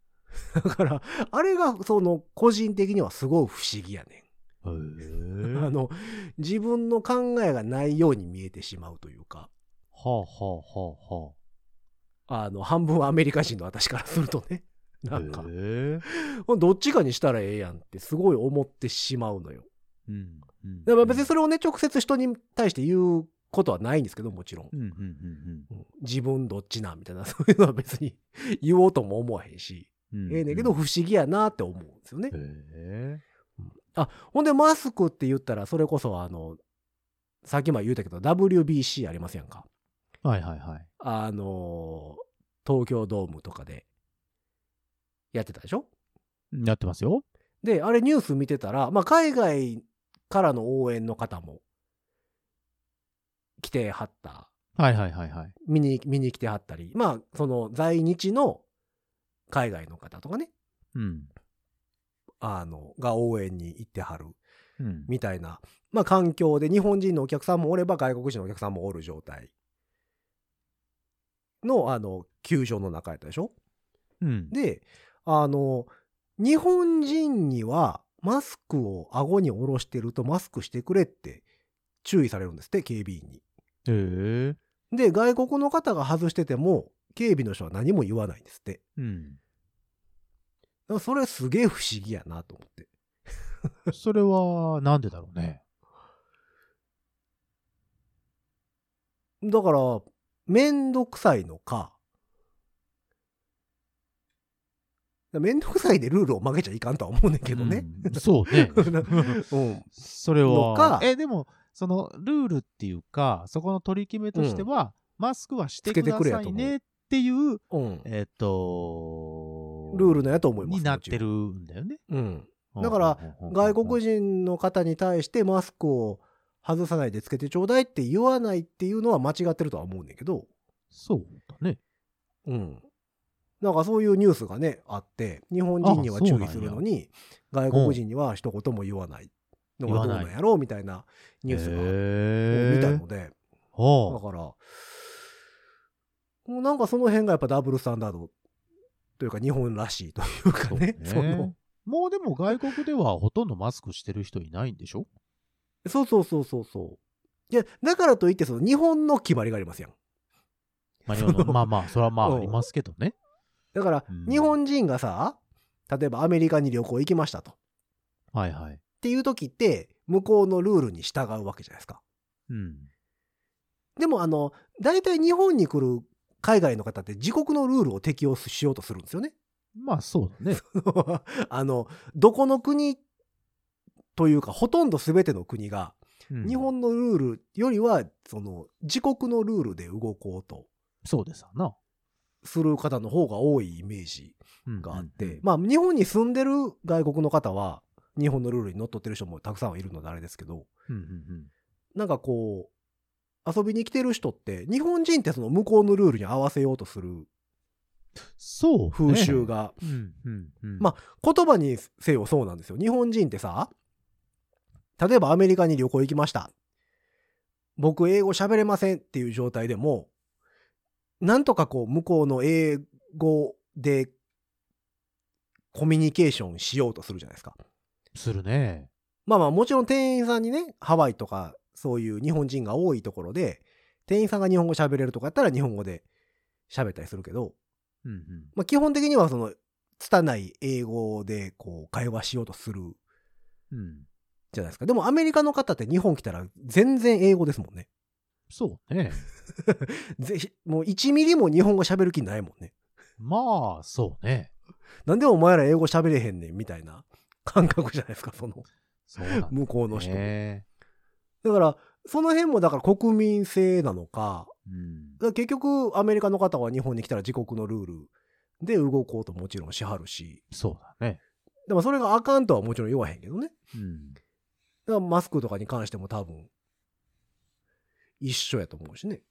Speaker 2: だからあれがその個人的にはすごい不思議やねん。
Speaker 3: うん。へ え。
Speaker 2: あ
Speaker 3: は
Speaker 2: の自分の考えがないように見えてしまうというか
Speaker 3: あはあはあはあ。
Speaker 2: あの半分アメリカ人の私からするとねなんか
Speaker 3: へ、え
Speaker 2: どっちかにしたらええやんってすごい思ってしまうのよ。
Speaker 3: うんうん
Speaker 2: だから別にそれをね、直接人に対して言うことはないんですけど、もちろん。
Speaker 3: うんうんうん
Speaker 2: うん自分どっちなんみたいな、 そういうのは別に言おうとも思わへんし、
Speaker 3: うんうん
Speaker 2: ええねんけど、
Speaker 3: へ
Speaker 2: 不思議やなって思うんですよね。
Speaker 3: え
Speaker 2: ほんで、マスクって言ったら、それこそ、あの、さっきも言うたけど、WBC ありますやんか。
Speaker 3: はいはいはい
Speaker 2: あのー東京ドームとかでやってたでしょ
Speaker 3: やってますよ
Speaker 2: で、あれニュース見てたら、まあ、海外からの応援の方も来てはった。
Speaker 3: はいはいはいはい
Speaker 2: 見に、見に来てはったり、まあ、その在日の海外の方とかね、
Speaker 3: うん
Speaker 2: あの、が応援に行ってはる
Speaker 3: うん
Speaker 2: みたいな、まあ、環境で日本人のお客さんもおれば外国人のお客さんもおる状態の、あの、球場の中やったでしょ
Speaker 3: うん
Speaker 2: で、あの、日本人にはマスクを顎に下ろしてるとマスクしてくれって注意されるんですって、警備員に。
Speaker 3: へえ
Speaker 2: で、外国の方が外してても、警備の人は何も言わないんですって。
Speaker 3: うん
Speaker 2: だからそれすげえ不思議やなと思って。
Speaker 3: それはなんでだろうね
Speaker 2: だから、めんどくさいのか、めんどくさいでルールを曲げちゃいかんとは思うねんけどね。
Speaker 3: うんそ うね
Speaker 2: うん。
Speaker 3: それ
Speaker 2: のか
Speaker 3: はえでもそのルールっていうかそこの取り決めとしては、マスクはして
Speaker 2: つけ
Speaker 3: く
Speaker 2: て
Speaker 3: だ
Speaker 2: くれや
Speaker 3: さ
Speaker 2: と
Speaker 3: い
Speaker 2: 思う
Speaker 3: ねっていう
Speaker 2: うん。
Speaker 3: えっと
Speaker 2: ルールのやと思います。
Speaker 3: になってるんだよね。
Speaker 2: もちろん。うん。だから外国人の方に対してマスクを外さないでつけてちょうだいって言わないっていうのは間違ってるとは思うねんけど、
Speaker 3: そうだね。
Speaker 2: うん。なんかそういうニュースがね、あって、日本人には
Speaker 3: あそう
Speaker 2: 注
Speaker 3: なん
Speaker 2: 意
Speaker 3: や
Speaker 2: するのに、外国人には一言も言わないのがどう
Speaker 3: 言わ
Speaker 2: なん
Speaker 3: ない
Speaker 2: やろうみたいなニュースがを見たので、だ
Speaker 3: は
Speaker 2: から、もうなんかその辺がやっぱダブルスタンダードというか日本らしいというかね、そ
Speaker 3: そうね
Speaker 2: の、
Speaker 3: もうでも外国ではほとんどマスクしてる人いないん でしょ
Speaker 2: そうそうそうそうそう。いや、だからといって、その日本の決まりがありますやん。
Speaker 3: まあ日本のまあまあ、それはま
Speaker 2: う
Speaker 3: あ
Speaker 2: ん
Speaker 3: ありますけどね。
Speaker 2: だから
Speaker 3: うん、
Speaker 2: 日本人がさ、例えばアメリカに旅行行きましたと。っ
Speaker 3: はいはい。
Speaker 2: ていう時って、向こうのルールに従うわけじゃないですか。
Speaker 3: うん。
Speaker 2: でも、あの、大体日本に来る海外の方って自国のルールを適用しようとするんですよね。
Speaker 3: まあそうだね。
Speaker 2: あの、どこの国というか、ほとんど全ての国が、
Speaker 3: うん
Speaker 2: 日本のルールよりは、その、自国のルールで動こうと
Speaker 3: そうですわな。
Speaker 2: する方の方が多いイメージ
Speaker 3: うん
Speaker 2: があって、
Speaker 3: うん
Speaker 2: まあ、日本に住んでる外国の方は、日本のルールにのっとってる人もたくさんはいるのであれですけど、
Speaker 3: うんうん
Speaker 2: なんかこう、遊びに来てる人って、日本人ってその向こうのルールに合わせようとする
Speaker 3: そうね。
Speaker 2: 風習が
Speaker 3: うんうんうん。
Speaker 2: ま言葉にせよそうなんですよ。日本人ってさ、例えばアメリカに旅行行きました。僕英語喋れませんっていう状態でも、なんとかこう向こうの英語でコミュニケーションしようとするじゃないですか。
Speaker 3: するね。
Speaker 2: まあまあもちろん店員さんにね、ハワイとかそういう日本人が多いところで、店員さんが日本語喋れるとかやったら日本語で喋ったりするけど、
Speaker 3: うん
Speaker 2: まあ、基本的にはその、拙い英語でこう会話しようとする
Speaker 3: うん。うん。
Speaker 2: じゃないですか。でもアメリカの方って日本来たら全然英語ですもんね。
Speaker 3: そう ね。
Speaker 2: ぜひ、もう1ミリも日本語喋る気ないもんね。
Speaker 3: まあそうね。
Speaker 2: なんでお前ら英語喋れへんねんみたいな感覚じゃないですか、その
Speaker 3: そうなんだ
Speaker 2: 向こうの人。だ
Speaker 3: ね。
Speaker 2: から、その辺もだから国民性なのか、
Speaker 3: うん
Speaker 2: だから結局アメリカの方は日本に来たら自国のルールで動こうともちろんしはるし、
Speaker 3: そうだね。
Speaker 2: でもそれがあかんとはもちろん言わへんけどね。
Speaker 3: うん。
Speaker 2: だからマスクとかに関しても多分、一緒やと思うしね。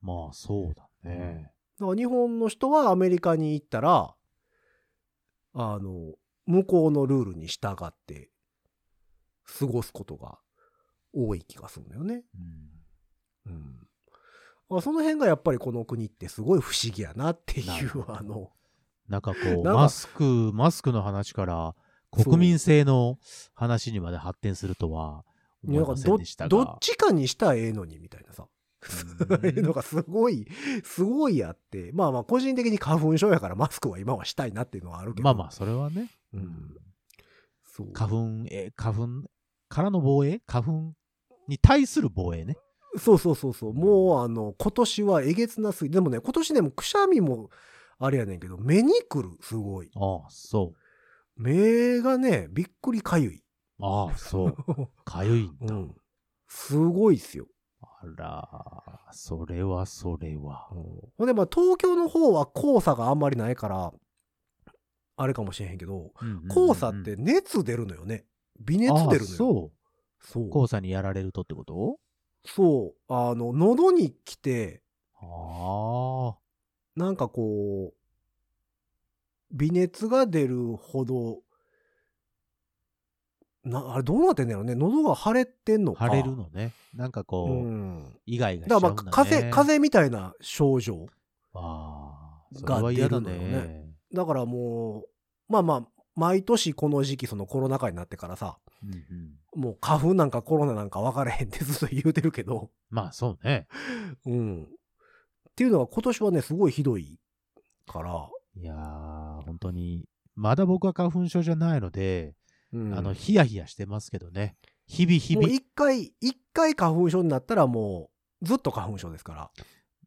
Speaker 3: まあそうだね。
Speaker 2: だから日本の人はアメリカに行ったら、あの、向こうのルールに従って過ごすことが多い気がするんだよね。うん。まあその辺がやっぱりこの国ってすごい不思議やなってい
Speaker 3: なる
Speaker 2: う、
Speaker 3: ほど
Speaker 2: あの、
Speaker 3: なんかこう
Speaker 2: なんか
Speaker 3: マスク、マスクの話から国民性の話にまで発展するとは思
Speaker 2: ないんか
Speaker 3: ません
Speaker 2: ど
Speaker 3: でしたが。
Speaker 2: どっちかにしたらええのにみたいなさ。そう いうのがすごい、 すごいあって、まあまあ個人的に花粉症やからマスクは今はしたいなっていうのはある けど。
Speaker 3: まあまあ、それはね。
Speaker 2: う
Speaker 3: うん
Speaker 2: ん。そう。
Speaker 3: 花粉、え、花粉からの防衛花粉に対する防衛ね。
Speaker 2: そうそうそうそう。もうあの、今年はえげつなすぎ。でもね、今年でもくしゃみも、あれやねんけど、目に来る、すごい。
Speaker 3: ああ、そ
Speaker 2: 目がね、びっくりかゆい。
Speaker 3: う。あ あ、そう。かゆいん
Speaker 2: う
Speaker 3: だ。
Speaker 2: ん。すごいっすよ。
Speaker 3: あら、それはそれは。
Speaker 2: ほんで、まあ、東京の方は黄砂があんまりないから、あれかもしれへんけど、黄砂って熱出るのよね。微熱出るのよ。
Speaker 3: あそ
Speaker 2: そう
Speaker 3: う。。黄砂にやられるとってこと
Speaker 2: そう。あの、喉に来て、
Speaker 3: ああ。
Speaker 2: なんかこう、微熱が出るほど、な、あれどうなってんだろうね。喉が腫れてんのか。
Speaker 3: 腫れるのね。なんかこ
Speaker 2: う
Speaker 3: う、
Speaker 2: ん。
Speaker 3: イガイガしちゃ
Speaker 2: だ
Speaker 3: うん
Speaker 2: から
Speaker 3: だね
Speaker 2: まあ、風邪、風邪みたいな症状。
Speaker 3: ああ、それ
Speaker 2: が
Speaker 3: は嫌だ
Speaker 2: 出るのよ
Speaker 3: ね。
Speaker 2: だからもう、まあまあ、毎年この時期、そのコロナ禍になってからさ、
Speaker 3: うんうん
Speaker 2: もう花粉なんかコロナなんか分からへんってずっと言うてるけど、
Speaker 3: まあそうね。
Speaker 2: うん。っていうのが今年はね、すごいひどいから、
Speaker 3: いやー、本当に、まだ僕は花粉症じゃないので、
Speaker 2: うん
Speaker 3: あの、ヒヤヒヤしてますけどね。日々日
Speaker 2: もう
Speaker 3: 々。
Speaker 2: 一回、一回花粉症になったらもう、ずっと花粉症ですから。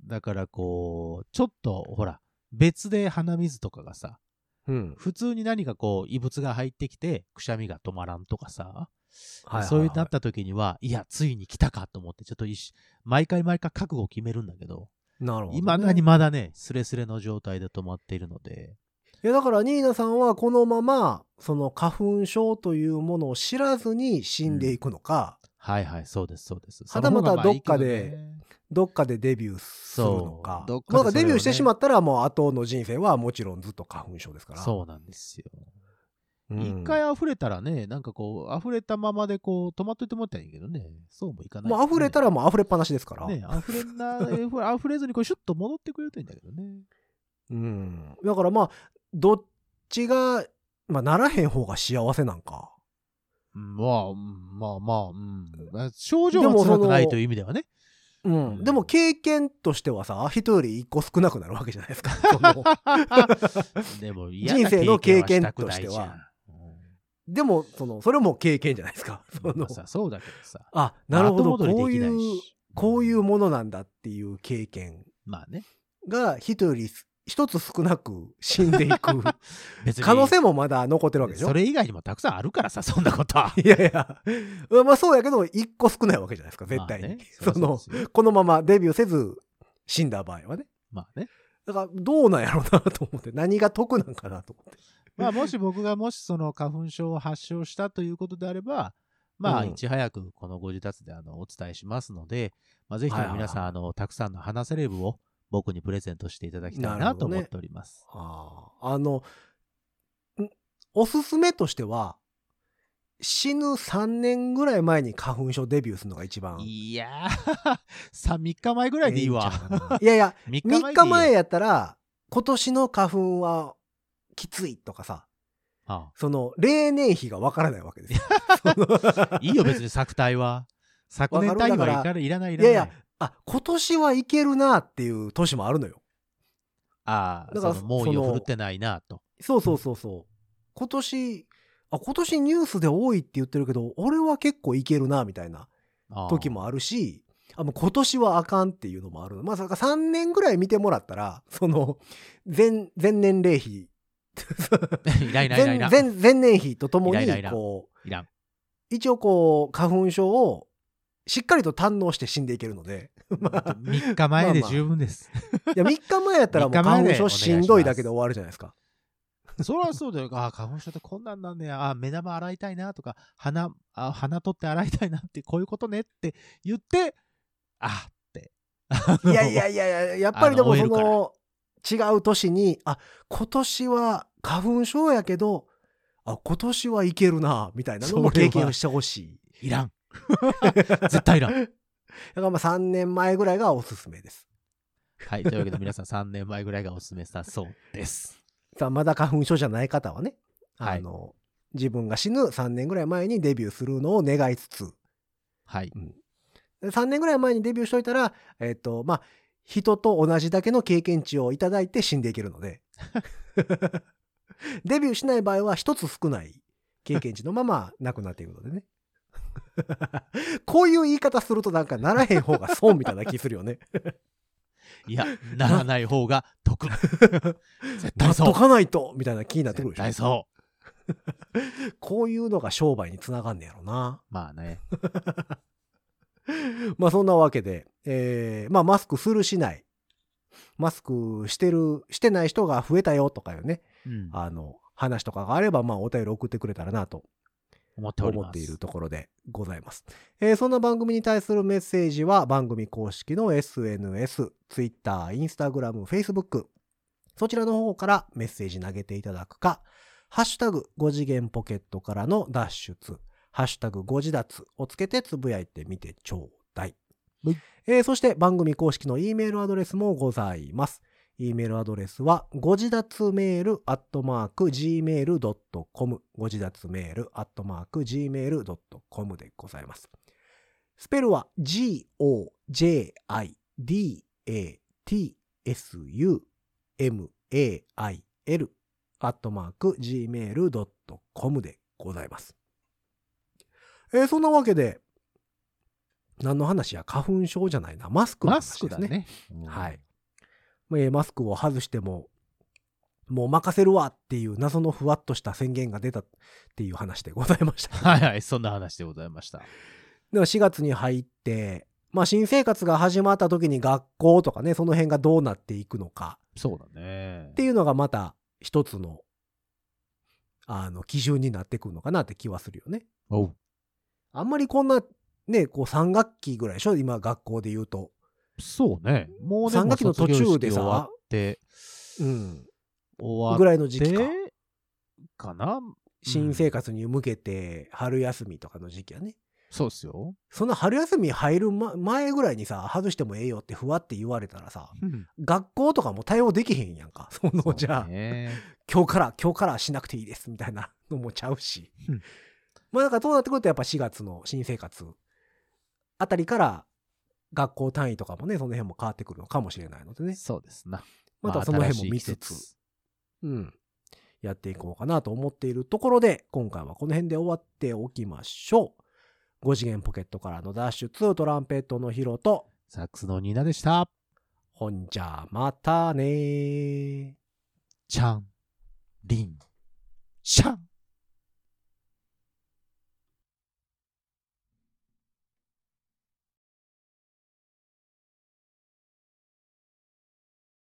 Speaker 3: だからこう、ちょっと、ほら、別で鼻水とかがさ、
Speaker 2: うん。
Speaker 3: 普通に何かこう、異物が入ってきて、くしゃみが止まらんとかさ、
Speaker 2: はいはいはい
Speaker 3: そういうなった時には、いや、ついに来たかと思って、ちょっと一し毎回毎回覚悟を決めるんだけど、
Speaker 2: なるほど、
Speaker 3: いまだに。まだね、スレスレの状態で止まっているので、
Speaker 2: いや、だから、ニーナさんはこのまま、その花粉症というものを知らずに死んでいくのか、
Speaker 3: はいはい、そうです、そうです。
Speaker 2: はたまた
Speaker 3: その方がまあいいけ
Speaker 2: どっかで
Speaker 3: ね
Speaker 2: どっかでデビューするのか。
Speaker 3: そうどっかで
Speaker 2: まあだから
Speaker 3: それをね
Speaker 2: デビューしてしまったら、もう後の人生はもちろんずっと花粉症ですから。
Speaker 3: そうなんですよ。
Speaker 2: うん。
Speaker 3: 一、回溢れたらね、なんかこう、溢れたままでこう、止まっといてもらったらいいけどね、そうもいかない、
Speaker 2: もう溢れたらもう溢れっぱなしですから。
Speaker 3: ね、溢れな、溢溢れずにこう、シュッと戻ってくれるといいんだけどね。
Speaker 2: うん。だからまあ、どっちが、まあ、ならへん方が幸せなんか。
Speaker 3: うんまあ、うんまあまあ、うん。症状は辛くないという意味ではね。
Speaker 2: う
Speaker 3: うん
Speaker 2: ん。でも経験としてはさ、人より一個少なくなるわけじゃない ですか。その
Speaker 3: でも、
Speaker 2: 人生の経験としては
Speaker 3: 嫌な経験は
Speaker 2: でも、その、それも経験じゃないですか。
Speaker 3: し
Speaker 2: そ
Speaker 3: たくないじゃん。
Speaker 2: の
Speaker 3: まあ、さ、そうだけどさ。
Speaker 2: あ、なるほど、
Speaker 3: 後戻
Speaker 2: こう
Speaker 3: りできない
Speaker 2: いう、
Speaker 3: し
Speaker 2: こういうものなんだっていう経験
Speaker 3: まあね。
Speaker 2: が人より一つ少なく死んでいく
Speaker 3: 別に。
Speaker 2: 可能性もまだ残ってるわけでしょ
Speaker 3: それ以外にもたくさんあるからさ、そんなことは。
Speaker 2: いやいや、うんまあそうやけど、一個少ないわけじゃないですか、絶対に。
Speaker 3: まあね
Speaker 2: その、
Speaker 3: うですよ
Speaker 2: このままデビューせず死んだ場合はね。
Speaker 3: まあね。
Speaker 2: だから、どうなんやろうなと思って、何が得なんかなと思って。
Speaker 3: まあ、もし僕がもしその花粉症を発症したということであれば、まあ、
Speaker 2: うん
Speaker 3: いち早くこのご自宅であのお伝えしますので、まあ、ぜひと
Speaker 2: はい
Speaker 3: も
Speaker 2: はいはい
Speaker 3: 皆さん、あの、たくさんの花セレブを僕にプレゼントしていただきたい
Speaker 2: なる
Speaker 3: な
Speaker 2: ほ
Speaker 3: と
Speaker 2: どね
Speaker 3: 思っております。
Speaker 2: ああ、あの、んおすすめとしては、死ぬ3年ぐらい前に花粉症デビューするのが一番。
Speaker 3: いやー、 さ、3日前ぐらいでいい
Speaker 2: ええん
Speaker 3: わ。
Speaker 2: ちゃうかな。いやいや、
Speaker 3: 3
Speaker 2: 3日前
Speaker 3: や。
Speaker 2: やったら、今年の花粉はきついとかさ、
Speaker 3: あ
Speaker 2: その、例年比がわからないわけです よ。その
Speaker 3: あいいよ、別に作体は。昨年単位はいかない、いらない、い
Speaker 2: い
Speaker 3: らな
Speaker 2: や
Speaker 3: い。
Speaker 2: いやあ、今年はいけるなっていう年もあるのよ。
Speaker 3: ああ、
Speaker 2: だか
Speaker 3: だからら、猛威
Speaker 2: そ
Speaker 3: を
Speaker 2: の
Speaker 3: 振るってないな、と。
Speaker 2: そうそうそうそう。今年、あ、今年ニュースで多いって言ってるけど、俺は結構いけるな、みたいな
Speaker 3: ああ
Speaker 2: 時もあるし、あ、もう今年はあかんっていうのもあるの。まあ、それか3年ぐらい見てもらったら、その、前、前年齢比、
Speaker 3: いらいない、いら
Speaker 2: 前、
Speaker 3: いな
Speaker 2: 前、前年比ととも
Speaker 3: い
Speaker 2: に
Speaker 3: らいらいら、
Speaker 2: こう、
Speaker 3: いらん。
Speaker 2: 一応こう、花粉症をしっかりと堪能して死んでいけるので、 まあ、
Speaker 3: 3日前で十分です。
Speaker 2: いや、3日前やったらもう
Speaker 3: 三日前
Speaker 2: 花
Speaker 3: で
Speaker 2: 粉症しんどいだけで終わるじゃないですか。
Speaker 3: そりゃそうだよ。あー花粉症ってこんなんなんねや。あー目玉洗いたいなとか、鼻、あー鼻取って洗いたいなって、こういうことねって言って、あーって。 あ
Speaker 2: い
Speaker 3: の
Speaker 2: やいやいやいや、やっぱりでも
Speaker 3: あの
Speaker 2: そ
Speaker 3: 終える
Speaker 2: の、違う年に、あ、今年は花粉症やけど、あ、今年はいけるな、みたいなのも
Speaker 3: それ
Speaker 2: 経
Speaker 3: は
Speaker 2: 験してほし い。
Speaker 3: いらん。絶対いらん。
Speaker 2: だからまあ3年前ぐらいがおすすめです。
Speaker 3: はい。というわけで皆さん3年前ぐらいがおすすめしたそうです。
Speaker 2: さあ、まだ花粉症じゃない方はね、
Speaker 3: はい
Speaker 2: あの、自分が死ぬ3年ぐらい前にデビューするのを願いつつ、
Speaker 3: はい。
Speaker 2: 3年ぐらい前にデビューしといたら、えっ、と、まあ、人と同じだけの経験値をいただいて死んでいけるので。 デビューしない場合は一つ少ない経験値のままなくなっていくのでね。 こういう言い方するとなんかならへん方が損みたいな気するよね。
Speaker 3: いや、ならない方が 得。絶
Speaker 2: な
Speaker 3: 対
Speaker 2: っ
Speaker 3: そ
Speaker 2: と
Speaker 3: う。
Speaker 2: かないとみたいな気になってくる
Speaker 3: 絶
Speaker 2: で
Speaker 3: 対
Speaker 2: しょ。
Speaker 3: そう。
Speaker 2: こういうのが商売につながんねやろな。
Speaker 3: まあね。
Speaker 2: まあそんなわけで、えーまあマスクするしない。マスクしてる、してない人が増えたよとかいうね、
Speaker 3: うん。
Speaker 2: あの、話とかがあれば、まあお便り送ってくれたらなと
Speaker 3: 思っており
Speaker 2: 思
Speaker 3: ます。
Speaker 2: っているところでございます。えーそんな番組に対するメッセージは番組公式の SNS、Twitter、Instagram、Facebook、そちらの方からメッセージ投げていただくか、ハッシュタグ5次元ポケットからの脱出、ハッシュタグ5次脱をつけてつぶやいてみてちょうだい。
Speaker 3: はい
Speaker 2: えーそして番組公式の E メールアドレスもございます。E メールアドレスは、ご自立メールアットマーク gmail.com。ご自立メールアットマーク gmail.com でございます。スペルは g-o-j-i-d-a-t-s-u-m-a-i-l アットマーク gmail.com でございます。えーそんなわけで、何の話や花粉症じゃないな。マスクの
Speaker 3: マ
Speaker 2: 話で
Speaker 3: ス
Speaker 2: すね。
Speaker 3: クだね。うん
Speaker 2: はい。。えーマスクを外しても、もう任せるわっていう謎のふわっとした宣言が出たっていう話でございました。だ か
Speaker 3: はいはい。そんな話でございました。
Speaker 2: ら4月に入って、まあ新生活が始まった時に学校とかね、その辺がどうなっていくのか
Speaker 3: そうだね
Speaker 2: っ。ていうのがまた一つの、あの、基準になってくるのかなって気はするよね。
Speaker 3: おう
Speaker 2: あんまりこんな、ね、こう3学期ぐらいでしょ今学校で言うと。
Speaker 3: そうね。もうね、
Speaker 2: 三学期の途中でさ
Speaker 3: もう卒業式終わって、
Speaker 2: うん。
Speaker 3: 終わ
Speaker 2: ぐらいの時期か。
Speaker 3: でかな
Speaker 2: 新生活に向けて春休みとかの時期やね。
Speaker 3: そうっすよ。
Speaker 2: その春休み入る、ま、前ぐらいにさ、外してもええよってふわって言われたらさ、 学校とかも対応できへんやんか。その、じゃあ、
Speaker 3: ね
Speaker 2: 今日から、今日からしなくていいですみたいな のもちゃうし
Speaker 3: うん。
Speaker 2: まあだからそうなってくるとやっぱ4月の新生活あたりから学校単位とかもね、その辺も変わってくるのかもしれないのでね。
Speaker 3: そうですな。
Speaker 2: またその辺も見つつ
Speaker 3: まあ新しい季節
Speaker 2: うん、やっていこうかなと思っているところで、今回はこの辺で終わっておきましょう。5次元ポケットからの脱出、トランペットのヒロと、
Speaker 3: サックスのニーナでした。
Speaker 2: ほんじゃまたねー。
Speaker 3: チャン、リン、シャン。